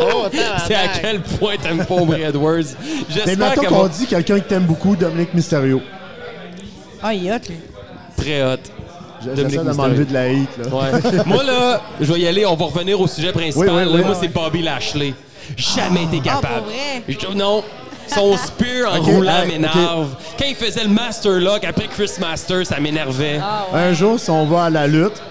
Oh, C'est à tabarnak. quel point t'aimes pas Aubrey Edwards? Mais J'espère mettons qu'elle qu'on va dit quelqu'un que t'aimes beaucoup, Dominique Mysterio. Ah, il est hot, lui. très haute. J- Dominique J'essaie de Mysterio. m'enlever de la hate, là. Ouais. Moi, là, je vais y aller. On va revenir au sujet principal. Oui, oui, Là, oui, moi, oui. c'est Bobby Lashley. Jamais été capable. pour vrai? Je- non. Son spear en Ok, roulant ouais, m'énerve. Quand il faisait le Master Lock après Chris Master, ça m'énervait. Ah, Un jour, si on va à la lutte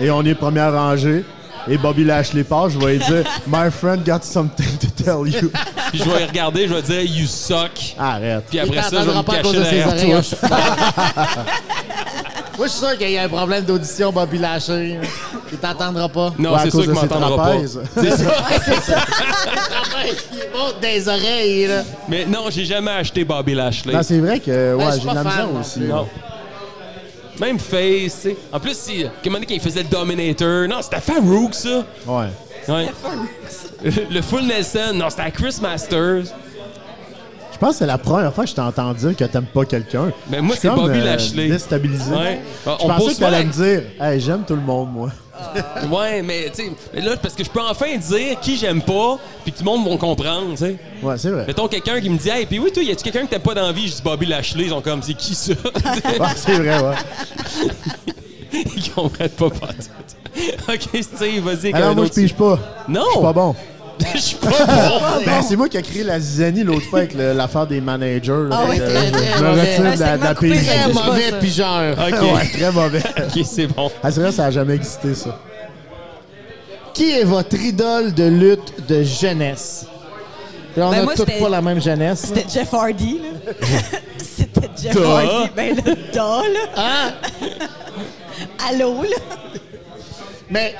et on est première rangée et Bobby Lashley part, je vais lui dire My friend got something to tell you. Puis je vais y regarder, je vais dire You suck. Arrête. Puis après Il ça, je vais t'entendra me pas à cause cacher de ses derrière oreilles. toi. Moi, je suis sûr qu'il y a un problème d'audition, Bobby Lashley. Il t'entendra pas. Non, Ouais, à c'est cause sûr qu'il de ses m'entendra pas. trapèzes. C'est ça. Ah, ben, Il monte des oreilles, là. Mais non, j'ai jamais acheté Bobby Lashley. Non, c'est vrai que ouais, Ben, je suis j'ai pas de la fan misère non aussi. plus. là. euh, Non. Même face, tu sais. En plus, si, comment dire, quand il faisait le Dominator, non, c'était Farouk, ça. Ouais. Ouais. le Full Nelson, non, c'était à Chris Masters. Je pense que c'est la première fois que je t'entends dire que t'aimes pas quelqu'un. Ben, moi, Je suis c'est comme, Bobby euh, Lashley. Déstabilisé. Ouais. Ben, Je on pose pensais que t'allais souvent- me dire Hey, j'aime tout le monde, moi. Ouais, mais tu sais, mais là, parce que je peux enfin dire qui j'aime pas, puis que tout le monde va comprendre, tu sais. Ouais, c'est vrai. Mettons quelqu'un qui me dit, hey, puis oui, toi, y a-tu quelqu'un que t'aimes pas dans la vie? Je dis Bobby Lashley, ils sont comme, c'est qui ça? Ouais, c'est vrai, ouais. ils comprennent pas pas tout. ok, Steve, vas-y, avec Alors, un Euh, moi, je autre pige pas. Non! Je suis pas bon. Je suis pas bon! Ben, c'est moi qui ai créé la zizanie l'autre fois avec le- l'affaire des managers. là. Ah ouais, Je- très, je- très je me mauvais. retire Un de la, de la segment coupé, pige. Très pas mauvais ça. pigeur. Ok, Ouais, très mauvais. ok, c'est bon. Ah, c'est vrai, ça n'a jamais existé, ça. Qui est votre idole de lutte de jeunesse? Puis on Ben, a moi, toutes c'était- pas la même jeunesse. là. C'était Jeff Hardy, là. C'était Jeff Da. Hardy. Ben, le da, là. Hein? Allô, là. Mais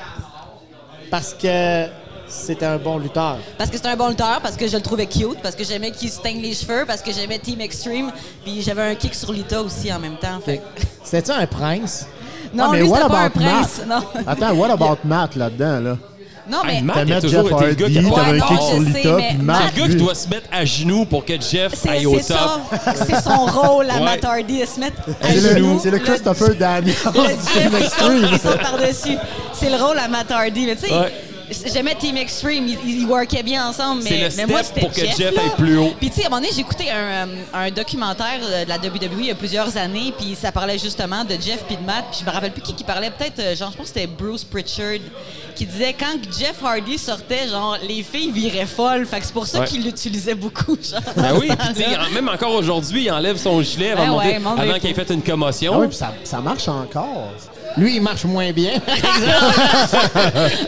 parce que c'était un bon lutteur. Parce que c'était un bon lutteur, parce que je le trouvais cute, parce que j'aimais qu'il se teigne les cheveux, parce que j'aimais Team Extreme, puis j'avais un kick sur Lita aussi en même temps. Fait. que- C'était un prince. Non, mais lui, what c'était pas un about Ah. prince. Non, Attends, what about Matt là-dedans, là? non mais... Hey, Matt, il a T'aimais Ah, toujours Jeff été le gars qui Hardy, a- Ouais, t'avais un non, kick je sur sais, Lita, mais puis C'est Matt... le gars qui lui- doit se mettre à genoux pour que Jeff C'est aille au c'est top. ça, c'est son rôle à Ouais. Matt Hardy de se mettre à C'est genoux. le, c'est le Christopher Daniels Le du Jeff Extreme. Hardy, il saute par-dessus. C'est le rôle à Matt Hardy. Mais tu sais, Ouais. J'aimais Team Extreme, ils, ils workaient bien ensemble, mais, C'est le mais moi, step c'était pour que Jeff là. aille plus haut. Puis tu sais, à un moment donné, j'ai écouté un, euh, un documentaire euh, de la WWE il y a plusieurs années, puis ça parlait justement de Jeff puis de Matt, puis je me rappelle plus qui qui parlait, peut-être, euh, genre, je pense que c'était Bruce Pritchard, qui disait quand Jeff Hardy sortait, genre, les filles viraient folles, fait que c'est pour ça Ouais. qu'il l'utilisait beaucoup, genre. Ben dans oui, ce puis tu sais, temps-là. en- même encore aujourd'hui, il enlève son gilet avant, Ben de monter- ouais, monte les avant qu'il ait fous. fait une commotion. Ah oui, puis ça, ça marche encore. Oh. Lui, il marche moins bien.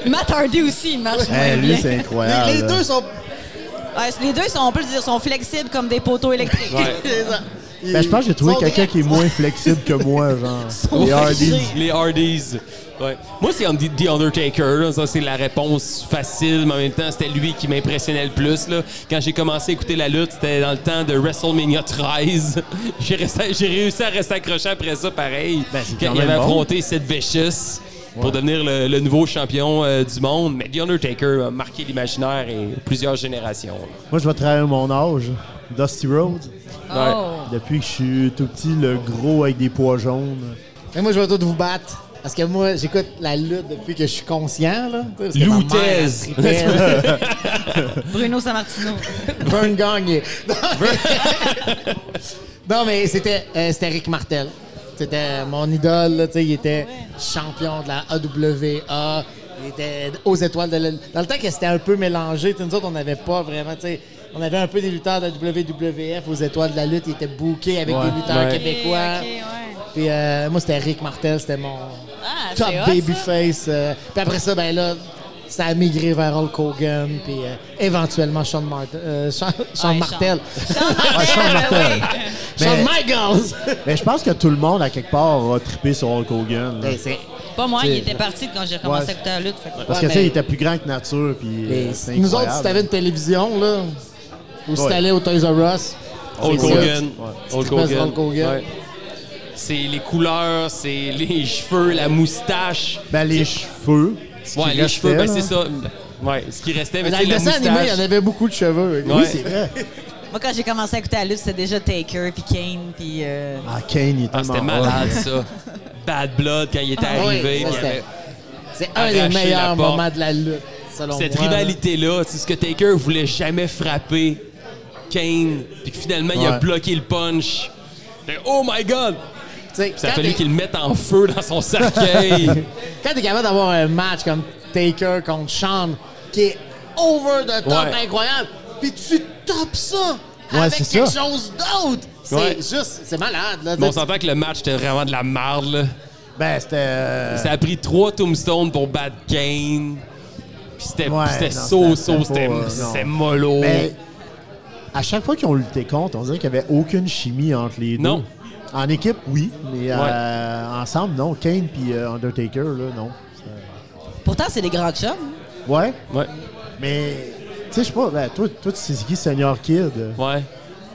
Matt Hardy aussi, il marche moins Hey, bien. lui, c'est incroyable. les, les deux sont. Ouais, les deux sont, on peut le dire, sont flexibles comme des poteaux électriques. Ben, je pense que j'ai trouvé quelqu'un qui est moins flexible que moi, genre. Les Hardys. Les Hardys. Ouais. Moi, c'est Andy- The Undertaker. là. Ça, c'est la réponse facile, mais en même temps, c'était lui qui m'impressionnait le plus. là. Quand j'ai commencé à écouter la lutte, c'était dans le temps de WrestleMania 13. j'ai resté- j'ai réussi à rester accroché après ça, pareil. Ben, c'est quand quand il même avait bon. affronté cette Vicious pour devenir le, le nouveau champion euh, du monde. Mais The Undertaker a marqué l'imaginaire et plusieurs générations. là. Moi, je vais trahir mon âge. Dusty Road. Oh. Depuis que je suis tout petit, le gros avec des pois jaunes. Mais moi, je vais tout vous battre. Parce que moi, j'écoute la lutte depuis que je suis conscient. Là, Tu sais, parce que ma mère, elle Loutaise. tripait, là. Bruno Sammartino. Vern Gagne. Non, mais- non, mais c'était euh, c'était Rick Martel. C'était mon idole. là, tu sais, il était champion de la AWA. Il était aux étoiles de la... Dans le temps que c'était un peu mélangé, tu sais, nous autres, on n'avait pas vraiment... tu sais, On avait un peu des lutteurs de la WWF aux étoiles de la lutte. Il était booké avec des lutteurs Ouais. québécois. Ok, ouais. Puis euh, moi, c'était Rick Martel. C'était mon Ah, top c'est hot, ça. babyface. euh. puis après ça, ben là... Ça a migré vers Hulk Hogan, puis euh, éventuellement Shawn, Mart- euh, Shawn- Shawn Ouais, Martel. Sean Martel, Sean Martel. ben oui. Mais- Shawn Michaels! Mais Ben, je pense que tout le monde, à quelque part, a trippé sur Hulk Hogan. là. Ben, c'est- Pas moi, il T'sais, était parti quand j'ai commencé ouais. à écouter la lutte. fait que- Parce Ouais, que, tu sais, mais- il était plus grand que nature. Puis, ben, euh, c'est nous autres, si incroyable. t'avais une télévision, là, ou si Ouais. t'allais au Toys R Us, Hulk c'est ça, Hogan. tu passes Hulk Hogan. Ouais. C'est les couleurs, c'est les cheveux, la moustache. Ben, les cheveux. ce qui Ouais, les restait, cheveux, ben là. c'est ça. Ouais, ce qui restait, mais Dans c'est le la dessin moustache. animé, il y en avait beaucoup de cheveux. Ouais. Oui, c'est vrai. Moi, quand j'ai commencé à écouter la lutte, c'était déjà Taker, puis Kane, puis... euh, Ah, Kane, il est Ah, c'était tellement hot. malade, ça. Bad Blood, quand il était Ah, ouais, arrivé. ça, puis il c'était- avait- C'est un des Arracher la meilleurs porte. moments de la lutte, selon Cette moi. là. rivalité-là, c'est ce que Taker voulait jamais frapper Kane, puis que finalement, il a Ouais. bloqué le punch. Fait, oh my God! Tu sais, Puis Ça a Quand fallu t'es- qu'il le mette en feu dans son cercueil. quand t'es capable d'avoir un match comme Taker contre Shawn, qui est over the top, Ouais. incroyable, puis tu topes ça Ouais, avec c'est quelque ça. chose d'autre, c'est Ouais. juste, c'est malade. Là, Mais on Tu sais, s'entend que le match était vraiment de la marde, là. Ben, c'était. euh, Ça a pris trois tombstones pour battre Kane. Puis c'était Ouais, c'était non, so, c'était so, pas, c'était euh, non. c'était mollo. Mais ben, à chaque fois qu'ils ont lutté contre, on dirait qu'il n'y avait aucune chimie entre les deux. Non. En équipe, oui, mais euh, ensemble, non. Kane puis euh, Undertaker, là, non. Pourtant, c'est des grands chums. Ouais, Ouais, mais tu sais, je sais pas, ben, toi, toi, tu sais c'est qui, Senior Kid? ouais.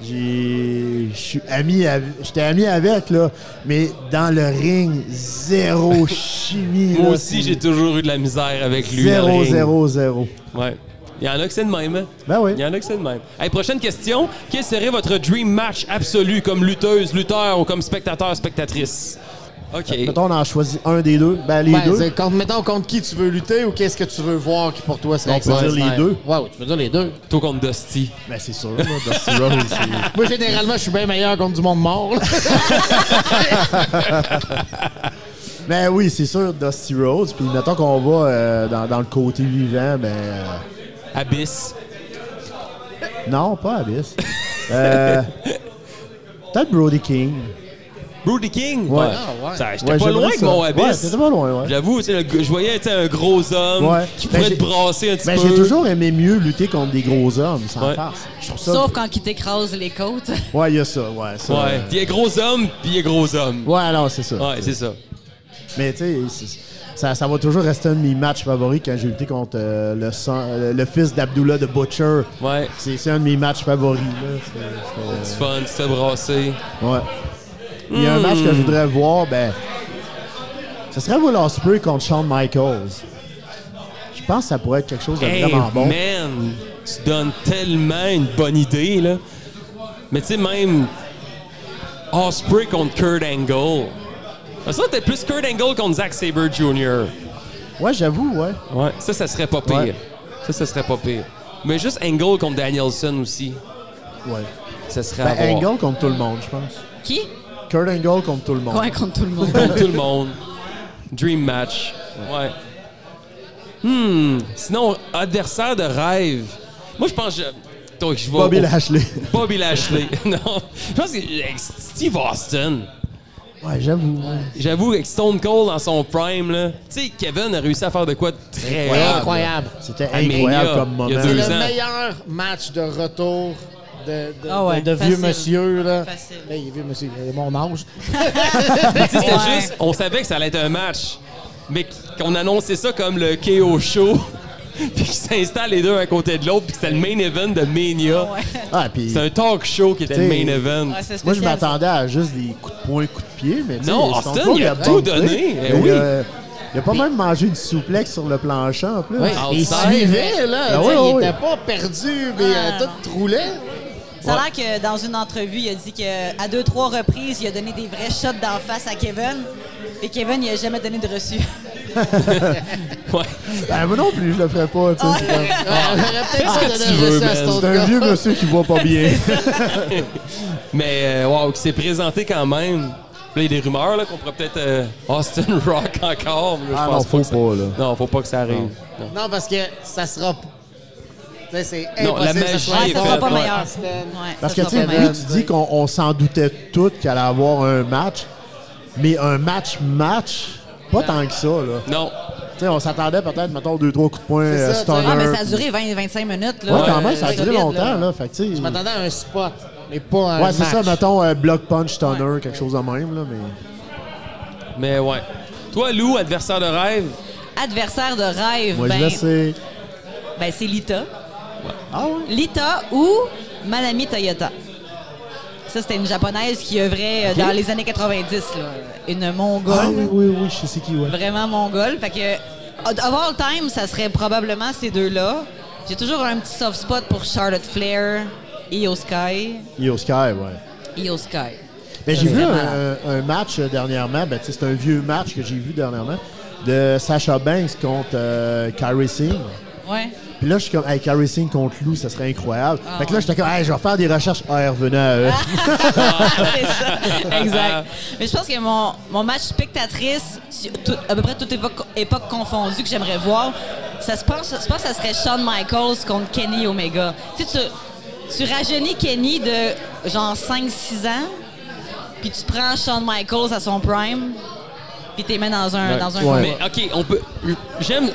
J'ai- je suis ami av- J'étais ami avec, là, mais dans le ring, zéro chimie. Moi là, aussi, c'est j'ai toujours eu de la misère avec lui. dans le Zéro, ring. zéro, zéro. Ouais. Il y en a que c'est de même. hein. Ben oui. Il y en a que c'est de même. Hey, prochaine question. Quel serait votre dream match absolu comme lutteuse, lutteur ou comme spectateur, spectatrice? OK. Euh, Mettons, on en choisit un des deux. Ben, les Ben, deux. c'est contre- mettons contre qui tu veux lutter ou qu'est-ce que tu veux voir qui pour toi serait On peut dire les extraordinaire. deux. Ouais, ouais, tu peux dire les deux. Toi contre Dusty. Ben, c'est sûr, là, Dusty Rhodes, c'est- Moi, généralement, je suis bien meilleur contre du monde mort. là. Ben oui, c'est sûr, Dusty Rhodes. Puis mettons qu'on va euh, dans, dans le côté vivant, ben. euh, Abyss. non, pas Abyss. Euh, Peut-être Brody King. Brody King. Ouais. Ah, ouais. Ça, J'étais Ouais, pas j'aimerais loin avec ça. mon Ouais, Abyss. c'était pas loin, ouais. J'avoue, tu sais, le gars- je voyais tu sais, un gros homme Ouais. qui Ben, pourrait j'ai- te brasser un petit Ben, peu. j'ai toujours aimé mieux lutter contre des gros hommes, sans Ouais. farce. Je trouve ça. Sauf quand ils t'écrasent les côtes. Ouais, il y a ça, ouais. Ça, Ouais. euh, Il est gros homme, puis il est gros homme. Ouais, alors c'est ça. Ouais, c'est ça. Mais tu sais, c'est- ça, ça va toujours rester un de mes matchs favoris quand j'ai lutté contre euh, le, sang- euh, le fils d'Abdullah de Butcher. Ouais. C'est c'est un de mes matchs favoris. Là. C'est- C'est c'est- fun, c'est brasser. Ouais. Il y Hmm. a un match que je voudrais voir, ben. Ce serait Will Ospreay contre Shawn Michaels. Je pense que ça pourrait être quelque chose de Hey, vraiment bon. man, tu donnes tellement une bonne idée, là. Mais tu sais, même Osprey contre Kurt Angle. Ça, c'était plus Kurt Angle contre Zack Sabre Jr. Ouais, j'avoue, ouais. Ouais. Ça, ça serait pas pire. Ouais. Ça, ça serait pas pire. Mais juste Angle contre Danielson aussi, Ouais. ça serait à Ben, voir. Angle contre tout le monde, je pense. Qui? Kurt Angle contre tout le monde. Ouais, contre tout le monde. Contre tout le monde. Dream match. Ouais. Hmm. Sinon, adversaire de rêve. Moi, je pense que... je- Donc, je vais Bobby au- Lashley. Bobby Lashley. non. Je pense que euh, Steve Austin. Ouais, j'avoue. ouais. J'avoue, avec Stone Cold dans son prime, là. Tu sais, Kevin a réussi à faire de quoi de très Incroyable. rare. C'était Ah, mais il incroyable y a- comme il y moment. a deux Le ans. meilleur match de retour de, de, Ah ouais, de- de vieux facile. monsieur. Là. Facile. Là, il est vieux monsieur, il est mon âge. Tu sais, C'était Ouais. juste, on savait que ça allait être un match, mais qu'on annonçait ça comme le KO Show, puis qu'ils s'installent les deux à côté de l'autre, puis que c'était le main event de Mania. Ouais. Ah, puis, C'est un talk show qui était le T'sais, main event. Ouais, c'est moi, je spécial, m'attendais à juste des coups de poing, coups de pied, mais tu sais, Non, ils sont Austin, pas il a de tout bonne donné, clé. eh Mais, oui. euh, il a pas même mangé du souplex sur le plancher, en plus. Ouais, il outside. suivait, là. Ah tu sais, ouais, il ouais, était pas perdu, mais Ah, euh, tout roulait. Ça a l'air que dans une entrevue, il a dit qu'à deux, trois reprises, il a donné des vrais shots d'en face à Kevin. Et Kevin, il a jamais donné de reçu. Ouais. Ben, moi non plus, je le ferais pas, tu sais. c'est comme- On aurait peut-être pas que donné tu veux, ça à man? cet C'est autre un gars. vieux monsieur qui voit pas bien. Mais, euh, wow, qui s'est présenté quand même. Là, il y a des rumeurs là, qu'on pourrait peut-être euh, Austin Rock encore. mais je Ah pense non, faut que ça- pas, là. Non, faut pas que ça arrive. Non. Non, parce que ça sera. p- Là, c'est Non, la impossible que ça magie soit est Ouais, ça sera faite, pas ouais. meilleur. Austin. Ouais, Parce que, ça tu sera sais, pas lui, meilleur. tu dis qu'on on s'en doutait tout qu'elle allait avoir un match, mais un match-match, pas tant que ça, là. Non. Tu sais, on s'attendait peut-être, mettons, deux, trois coups de poing, C'est euh, ça, stunner. Ah, mais ça a duré 20-25 minutes. Là, Ouais, quand même, Euh, ça a duré solide, longtemps, là. là. Fait que, tu sais, Je m'attendais à un spot, mais pas un. Ouais, c'est match. ça, mettons, euh, block punch, stunner, quelque chose de même, là, mais... Mais ouais. Toi, Lou, adversaire de rêve, Adversaire de rêve, Moi, je ben, laisse... c'est- ben, c'est Lita. Ah ouais? Lita ou Manami Toyota. Ça, c'était une japonaise qui œuvrait euh, dans les années 90. Là. Une mongole. Ah oui, oui, oui, je sais qui, ouais. vraiment mongole. Fait que, of all time, ça serait probablement ces deux-là. J'ai toujours un petit soft spot pour Charlotte Flair, Io Sky. Yo Sky, ouais. Io Sky. Ben, Ça, j'ai c'est vu un, malade. un- un match euh, dernièrement, ben, tu sais, c'est un vieux match que j'ai vu dernièrement, de Sasha Banks contre euh, Kairi Singh. Ouais. Puis là, je suis comme, hey, Kairi Singh contre Lou, ça serait incroyable. Ah, fait que là, j'étais comme, hey, je vais faire des recherches. Ah, elle revenait à eux. c'est ça. Exact. Mais je pense que mon, mon match spectatrice, sur tout- à peu près toute époque, époque confondue que j'aimerais voir, ça se pense, je pense que ça serait Shawn Michaels contre Kenny Omega. Tu sais, tu, tu rajeunis Kenny de genre 5-6 ans, puis tu prends Shawn Michaels à son prime, puis t'es mets dans un, Ouais. dans un Ouais. combat. Mais ben, ok, on peut. J'aime,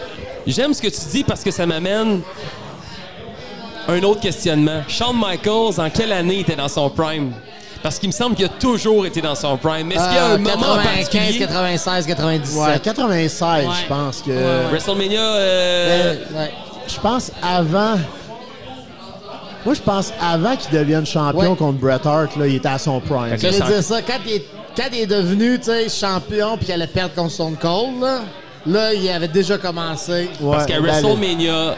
j'aime ce que tu dis parce que ça m'amène un autre questionnement. Shawn Michaels, en quelle année était dans son prime Parce qu'il me semble qu'il a toujours été dans son prime. Mais est-ce qu'il y a un Ah, moment en 95, particulier 96, 97. Ouais, 96, Ouais. je pense que... WrestleMania. euh, Euh, Ouais. Je pense avant... Moi, je pense avant qu'il devienne champion Ouais. contre Bret Hart, là, il était à son prime. que- J'allais Ça, ça- dire ça. Quand il est, quand il est devenu tu sais, champion puis qu'il allait perdre contre Stone Cold, là, là, il avait déjà commencé. parce Ouais, qu'à ben, WrestleMania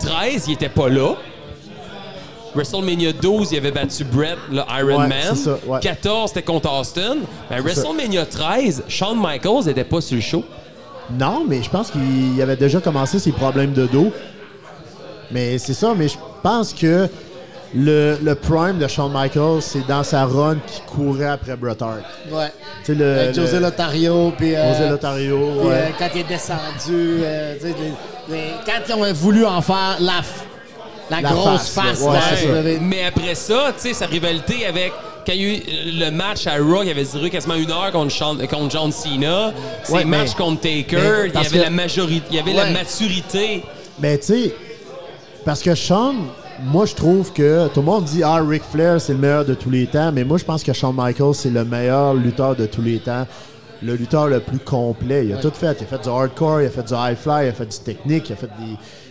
13, il était pas là. WrestleMania 12, il avait battu Brett, le Iron Ouais, Man. c'est ça, ouais. 14, c'était contre Austin. Mais WrestleMania 13, Shawn Michaels n'était pas sur le show. Non, mais je pense qu'il avait déjà commencé ses problèmes de dos. Mais c'est ça, mais je pense que le, le prime de Shawn Michaels, c'est dans sa run qui courait après Bret Hart. Ouais. Tu sais, le, Avec José euh, le- Lotario. Puis, euh, José Lotario, puis, euh, ouais. quand il est descendu, euh, tu sais, les- les- quand ils ont voulu en faire la, f- la, La grosse face, face, ouais, de la c'est ça. WWE. Mais après ça, tu sais, sa rivalité avec. Quand il y a eu euh, le match à Raw, il avait duré quasiment une heure contre, Shawn- euh, contre John Cena. Ses Ouais, matchs mais- contre Taker, mais il y parce avait, que- la, majorité, il y avait la Ouais. maturité. Mais Ben, tu sais, parce que Shawn, moi je trouve que tout le monde dit Ah, Ric Flair, c'est le meilleur de tous les temps, mais moi je pense que Shawn Michaels, c'est le meilleur lutteur de tous les temps. Le lutteur le plus complet. Il a tout fait. Il a fait du hardcore, il a fait du high fly, il a fait du technique, il a fait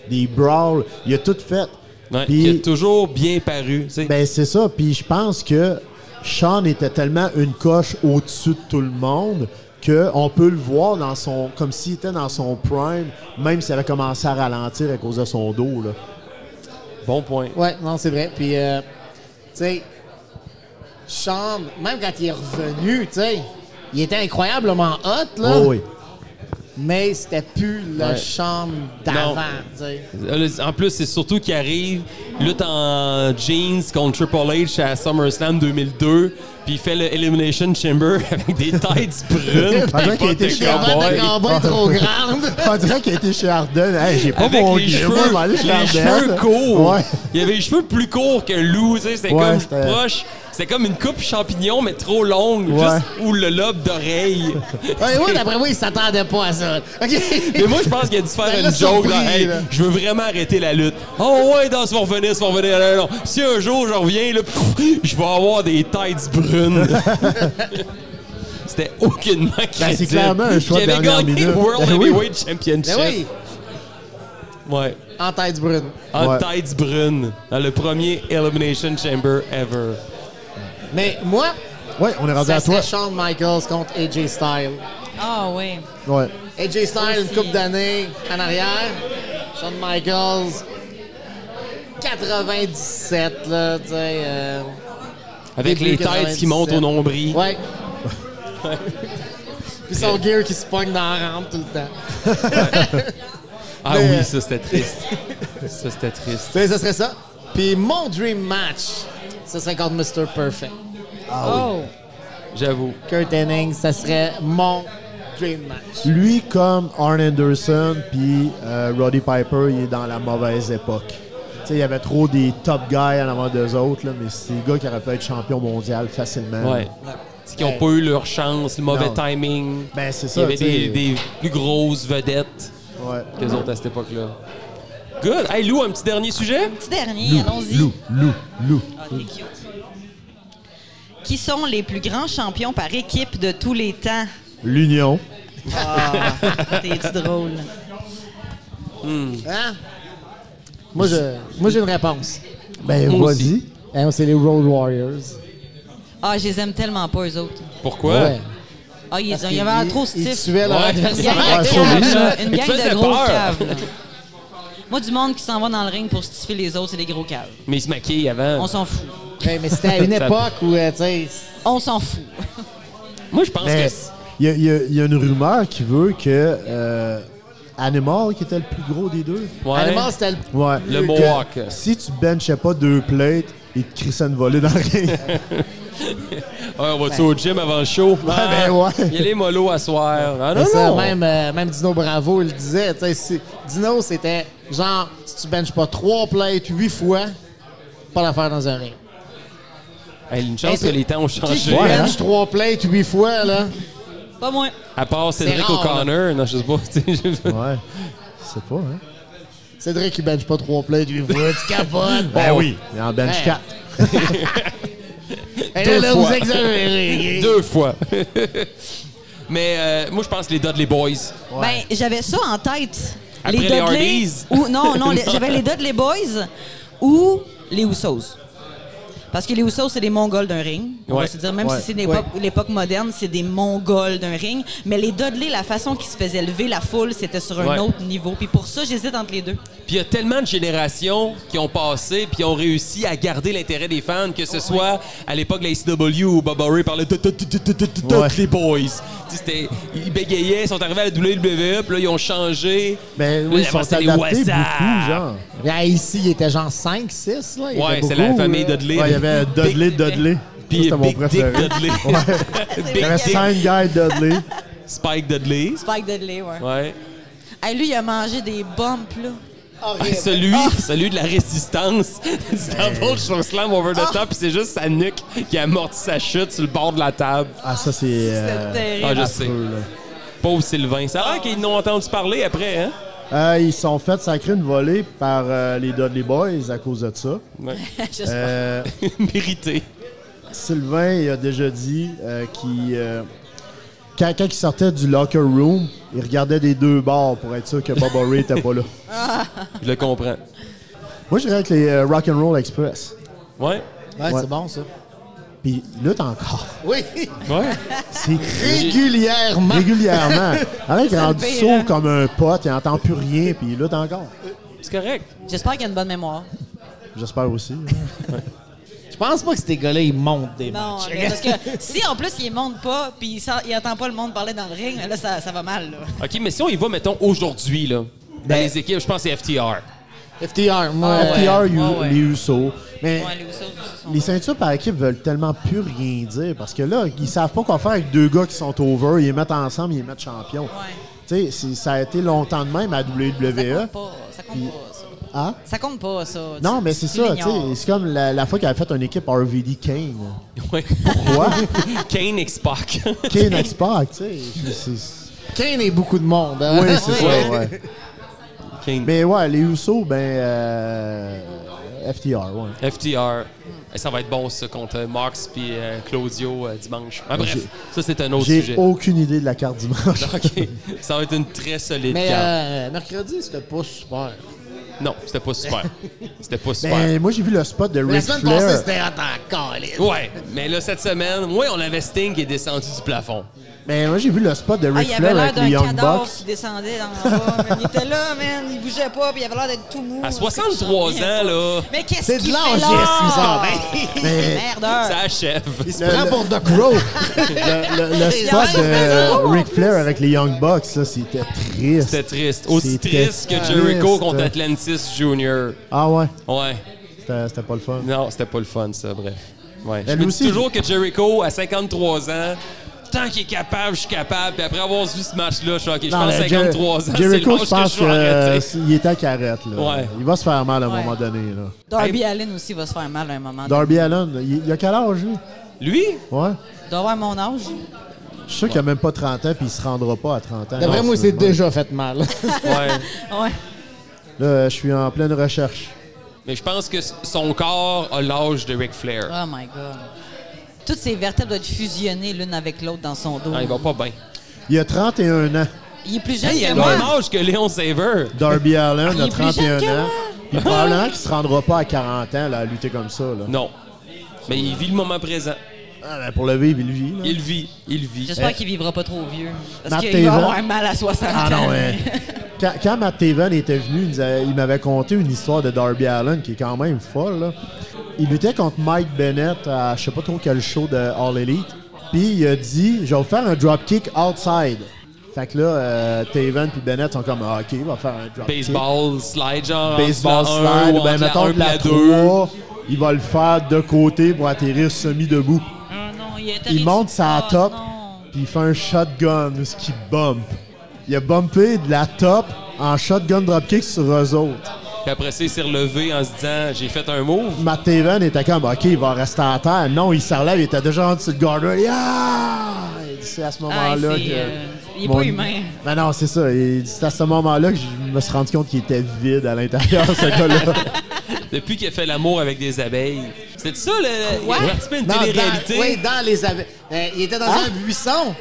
des, des brawls. Il a tout fait. Ouais, Puis- qui a toujours bien paru. tu sais. ben c'est ça. Puis je pense que Sean était tellement une coche au-dessus de tout le monde que on peut le voir dans son comme s'il était dans son prime, même s'il avait commencé à ralentir à cause de son dos là. Bon point. Ouais, non, c'est vrai. Puis, euh, tu sais, Sean, Ah. même quand il est revenu, tu sais, il était incroyablement hot, là. Oh oui. mais c'était plus le Ouais. chambre d'avant. tu sais. Euh, En plus, c'est surtout qu'il arrive, lutte en jeans contre Triple H à SummerSlam 2002, puis il fait le Elimination Chamber avec des têtes brunes. On dirait qu'il a été des chez bottes de Avant cowboy. de cowboy trop grande. On dirait qu'il a été chez Arden. Hey, j'ai pas Avec mon les gear, cheveux, moi, je vais aller chez les Arden. cheveux courts. Ouais. Il avait les cheveux plus courts que Lou, tu sais, c'était Ouais, comme c'était- proche. C'était comme une coupe champignon, mais trop longue, Ouais. juste où le lobe d'oreille. Ouais, ouais, d'après moi, il s'attendait pas à ça. OK? Mais moi, je pense qu'il a dû faire Ça Ben une l'a joke. surpris, dans, hey, là. je veux vraiment arrêter la lutte. Oh ouais, dans ce va revenir, ce va revenir. Non, non, non. Si un jour je reviens, là, pff, je vais avoir des têtes brunes. C'était aucunement crédible. Ben, c'est clairement un choix Puis de Il avait dernière gagné le minute. World Ben oui. Heavyweight Championship. Mais oui, Ouais. en tête brune. En Ouais. têtes brunes. Dans le premier Elimination Chamber ever. Mais moi, Ouais, on est rendu ça à toi. serait Shawn Michaels contre AJ Styles. Ah ouais. Ouais. AJ Styles, une Aussi. couple d'années en arrière. Shawn Michaels, 97, là, tu sais. euh, Avec début les têtes qui montent au 97. nombril. Ouais. Puis son gear qui se pogne dans la rampe tout le temps. Ah Ben, Mais- oui, ça c'était triste. ça c'était triste. Tu sais, ce serait ça. Puis mon dream match, ce serait contre Mr. Perfect. Ah Oh. J'avoue. Kurt Hennig, ce serait mon dream match. Lui, comme Arn Anderson puis euh, Roddy Piper, il est dans la mauvaise époque. Tu sais, il y avait trop des top guys en avant d'eux autres, là, mais c'est des gars qui auraient pu être champion mondial facilement. Ouais. C'est qu'ils n'ont Ouais. pas eu leur chance, le mauvais Ben, Non. timing. Ben, c'est ça, Il y avait tu sais. des, des plus grosses vedettes Ouais. qu'eux autres à cette époque-là. Good. Hey Lou, un petit dernier sujet? Petit dernier, allons-y. Lou, Lou, Lou. Ah, t'es cute. Qui sont les plus grands champions par équipe de tous les temps? L'Union. Ah, t'es drôle. Hein? Moi, je, moi, j'ai une réponse. Ben, Moi vas-y. aussi. Hein, c'est les Road Warriors. Ah, je les aime tellement pas, eux autres. Pourquoi? Ah, ils, Parce ont- qu'ils- ils avaient l'air trop Ils stiff. tuaient leur Ouais. Une adversaire. gang Ah, de sur lui, caves, là. là. Une Il te gang faisait de gros peur. caves. là. Moi, du monde qui s'en va dans le ring pour stiffer les autres, c'est des gros caves. Mais ils se maquillent avant. On s'en fout. Ouais, mais c'était à une Ça- époque où, euh, tu sais, On s'en fout. Moi, je pense Mais que. il y, a- il y a- il y a une rumeur qui veut que euh, Animal, qui était le plus gros des deux, Ouais. Animal, c'était le... ouais, Le que Mohawk. Si tu benchais pas deux plates, il te crissait une volée dans le ring. Ouais, on va-tu au gym avant le show? ben ouais. Il y a les mollo à soir. Ah non, Mais ça, non. Même, euh, même Dino Bravo, il le disait. tu sais, si- Dino, c'était genre, si tu benches pas trois plates huit fois, pas l'affaire dans un ring. Hey, une chance Hey, que les temps ont Qui qui changé. Ouais, hein? bench trois plates huit fois, là? Pas moins. À part Cédric C'est rare, O'Connor. Non, je sais pas. tu sais, je- ouais. Je sais pas, hein. Cédric, il bench pas trois plates huit fois, tu capotes. Ben oui, il en bench Hey. 4. Et Deux là, là, fois. vous exagérez. Deux fois. Mais euh, moi, je pense les Dudley Boys. Ben, j'avais ça en tête. Après les Hardys? ou Non, non, les- Non. j'avais les Dudley Boys ou les Usos. Parce que les Usos, c'est des Mongols d'un ring. On Ouais. va se dire, même Ouais. si c'est l'époque l'époque moderne, c'est des Mongols d'un ring. Mais les Dudley, la façon qu'ils se faisaient lever la foule, c'était sur un Ouais. autre niveau. Puis pour ça, j'hésite entre les deux. Puis il y a tellement de générations qui ont passé puis ont réussi à garder l'intérêt des fans, que ce soit à l'époque de la ICW où Bob Ray parlait de Ouais. les boys. Tu sais, c'était- Ils bégayaient, ils sont arrivés à la WWE, puis là, ils ont changé. Ben Là, oui, ils avant, sont c'était les adaptés Waza. beaucoup, genre. Là, ici, il était genre 5, 6, là. il y Ouais, avait c'est beaucoup, la famille là. Dudley. euh, Ouais, il y avait Dudley, Dudley. Ça, Puis C'était mon Big Dick préféré. Dudley. vrai Big Il y avait Dick, Sign Guy Dudley. Spike Dudley. Spike Dudley, ouais. Ouais. Hey, lui, il a mangé des bombes, là. Et Ah, celui, celui de la résistance du temple sur Slam Over the Top, puis c'est juste sa nuque qui a amorti sa chute sur le bord de la table. Ah, ça, c'est. C'était euh, terrible. Ah, je sais. affreux, là. Pauvre Sylvain. Ça a l'air qu'ils n'ont entendu parler après, hein? Euh, ils sont fait sacrer une volée par euh, les Dudley Boys à cause de ça. Ouais. Je sais pas. Euh, Mérité. Sylvain il a déjà dit euh, qu'il. euh, quand, quand il sortait du locker room, il regardait des deux bars pour être sûr que Bob Ray était pas là. Je le comprends. Moi, je dirais avec les euh, Rock'n'Roll Express. Ouais. Ouais, Ouais. c'est bon, ça. Puis il lutte encore. Oui, Ouais. C'est régulièrement. régulièrement. Alain est rendu le pire, sourd hein? comme un pote, il n'entend plus rien, puis il lutte encore. Euh. C'est correct. J'espère qu'il a une bonne mémoire. J'espère aussi. Je pense pas que ces gars-là, ils montent des Non, matchs. mais parce que si en plus il monte pas, puis il, sent- il entend pas le monde parler dans le ring, là ça, ça va mal. Là. OK, mais si on y va, mettons, aujourd'hui, là, dans Ben- les équipes, je pense que c'est FTR. FTR, moi. Ah, ouais. FTR. FTR, you- ouais, ouais. les Usos. Mais Ouais, les Usos aussi sont les bons. ceintures par équipe veulent tellement plus rien dire parce que là, ils savent pas quoi faire avec deux gars qui sont over, ils les mettent ensemble, ils les mettent champions. Tu sais, c'est- ça a été longtemps de même à Ça WWE. compte pas, ça compte pas ça. E. Hein? Ça compte pas ça. Tu- Non, mais c'est tu ça, tu l'ignores. sais, c'est comme la, la fois qu'elle a fait un équipe RVD Kane. Ouais. Quoi? Kane x Pac. Kane X-Pac, tu sais. c'est- c'est- euh, Kane et beaucoup de monde. hein. Oui, c'est ça, Ouais. ouais. Kane. Mais ouais, les Usos, ben. euh, FTR, ouais. FTR. Et Eh, ça va être bon, ça, contre euh, Marx puis euh, Claudio euh, dimanche. Ah, bref, J'ai- ça, c'est un autre J'ai sujet. aucune idée de la carte dimanche. OK. Ça va être une très solide Mais carte. euh, mercredi, c'était pas super. Non, c'était pas super. C'était pas super. euh, Ben, moi, j'ai vu le spot de La Ric semaine Flair. passée, c'était hot en calice. Ouais, mais là, cette semaine, moi, on avait Sting qui est descendu du plafond. Ben, moi, j'ai vu le spot de Ah, Ric il y avait Flair l'air avec les d'un Young cadavre qui Bucks. descendait dans le bas. man. Il était là, man, il bougeait pas, puis il avait l'air d'être tout mou. À Parce que 63 je ans, m'en souviens là. pas. Mais qu'est-ce C'est de qu'il fait là? l'angiste, il me semble. Mais Merdeur. Ça achève. Il se prend pour de Crow. le, le Il y spot avait un de gros, en Ric Flair avec les Young Bucks, là, c'était triste. C'était triste. Aussi C'était triste que Jericho triste. contre Atlantis Jr. Ah ouais, Ouais. c'était c'était pas le fun. Non, c'était pas le fun, ça, bref. Ouais. Je Elle me aussi- dis toujours que Jericho, à 53 ans, tant qu'il est capable, je suis capable. Puis après avoir vu ce match-là, je suis OK, je pense mais 53 ans, Jer- c'est Jericho, l'âge je que je pense suis euh, arrêté. qu'il est temps qu'il arrête. Là. Ouais. Il va se faire mal à un Ouais. moment donné. Là. Darby Allen aussi va se faire mal à un moment. donné. Darby Allen, il, il a quel âge, lui? Lui? Ouais. Il doit avoir mon âge. Je suis sûr qu'il a même pas 30 ans, puis il se rendra pas à 30 ans. D'après Non, moi, c'est sûrement. déjà fait mal. Ouais. Ouais. Là, je suis en pleine recherche. Mais je pense que s- son corps a l'âge de Ric Flair. Oh my God. Toutes ces vertèbres doivent être fusionnées l'une avec l'autre dans son dos. Non, Ah, il va pas bien. Il a 31 ans. Il est plus jeune il a que le moi. même âge que Léon Saver. Darby Allen Il a est plus 31 jeune que ans. moi. Puis probablement qu'il se rendra pas à 40 ans là, à lutter comme ça. Là. Non. Mais il vit le moment présent. Ah, ben, pour le vivre, il vit. Là. Il vit. Il vit. J'espère qu'il vivra pas trop vieux. Parce Eh. Matt qu'il va Taven. avoir mal à 60 Ah ans. non, mais... quand, quand Matt Taven était venu, il, nous avait- il m'avait conté une histoire de Darby Allen qui est quand même folle. là. Il luttait contre Mike Bennett à je sais pas trop quel show de All Elite. Puis il a dit Je vais vous faire un dropkick outside. Fait que là, euh, Taven puis Bennett sont comme Ah, OK, on va faire un dropkick. Baseball, slide, genre. Baseball entre la un slide. ou entre Ben, la mettons un que puis la la deux. 3, il va le faire de côté pour atterrir semi-debout. Ah non, il, est Il monte sa Ah, top, non. puis il fait un shotgun, où ce qui bump. Il a bumpé de la top en shotgun dropkick sur eux autres. Puis après ça, il s'est relevé en se disant J'ai fait un move. Matt Taven était comme, OK, il va rester à terre. Non, il s'en relève, il était déjà en dessous de Gardner. Yeah! Il dit, C'est à ce Ah, moment-là c'est, que. euh, il est pas humain. Ben non, c'est ça. Il dit, C'est à ce moment-là que je me suis rendu compte qu'il était vide à l'intérieur, ce gars-là. Depuis qu'il a fait l'amour avec des abeilles. C'était ça, le. Quoi? Il a participé à une Dans- télé-réalité. dans- Oui, dans les abeilles. Euh, il était dans un buisson.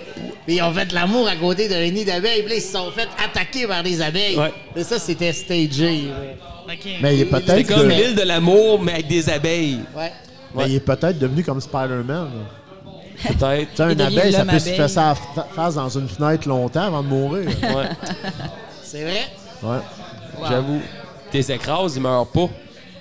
Puis ils ont fait de l'amour à côté d'un nid d'abeilles. Puis là, ils se sont fait attaquer par les abeilles. Ouais. Mais ça, c'était stagé. là. Mais il C'est est peut-être. comme de- l'île de l'amour, mais avec des abeilles. Ouais. Mais il est peut-être devenu comme Spider-Man. là. Tu Peut-être. sais, Il une devient abeille, ça l'homme peut se abeille. faire sa fa- face dans une fenêtre longtemps avant de mourir. Ouais, C'est vrai. Ouais. J'avoue. Tes écrases, ils meurent pas.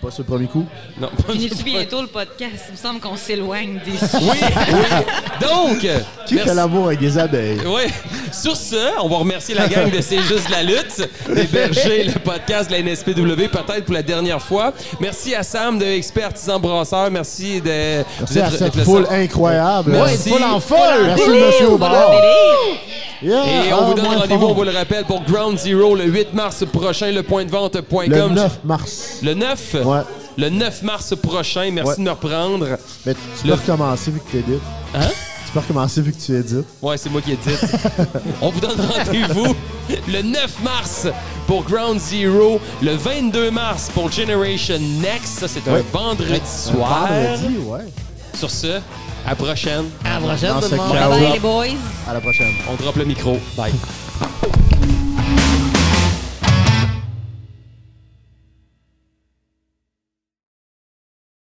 Pas sur le premier coup. Non, Finis-tu bientôt le podcast? Il me semble qu'on s'éloigne des Oui, oui. Donc, Qui fait l'amour avec des abeilles? Oui. Sur ce, on va remercier la gang de C'est juste la lutte d'héberger le podcast de la NSPW peut-être pour la dernière fois. Merci à Sam de Expert Artisan Brasseur. Merci de Merci à d'être- cette d'être foule le- incroyable. Merci. Merci, Foule en folle. Merci, monsieur Aubard. Yeah, Et on vous ah, donne moins rendez-vous, on fort. vous le rappelle, pour Ground Zero le 8 mars prochain, le point de vente.com. le 9 mars. Le 9? Ouais. Le 9 mars prochain, merci Ouais. de nous reprendre. Mais tu Le- peux recommencer vu que tu édites. Hein? Tu peux recommencer vu que tu édites. Ouais, c'est moi qui ai dit. On vous donne rendez-vous le 9 mars pour Ground Zero, le 22 mars pour Generation Next. Ça, c'est un Ouais. vendredi soir. Vendredi, ouais. Sur ce, à prochaine. À la prochaine, Dans tout ce le monde. chaos. Bye les boys. À la prochaine. On drop le micro. Bye.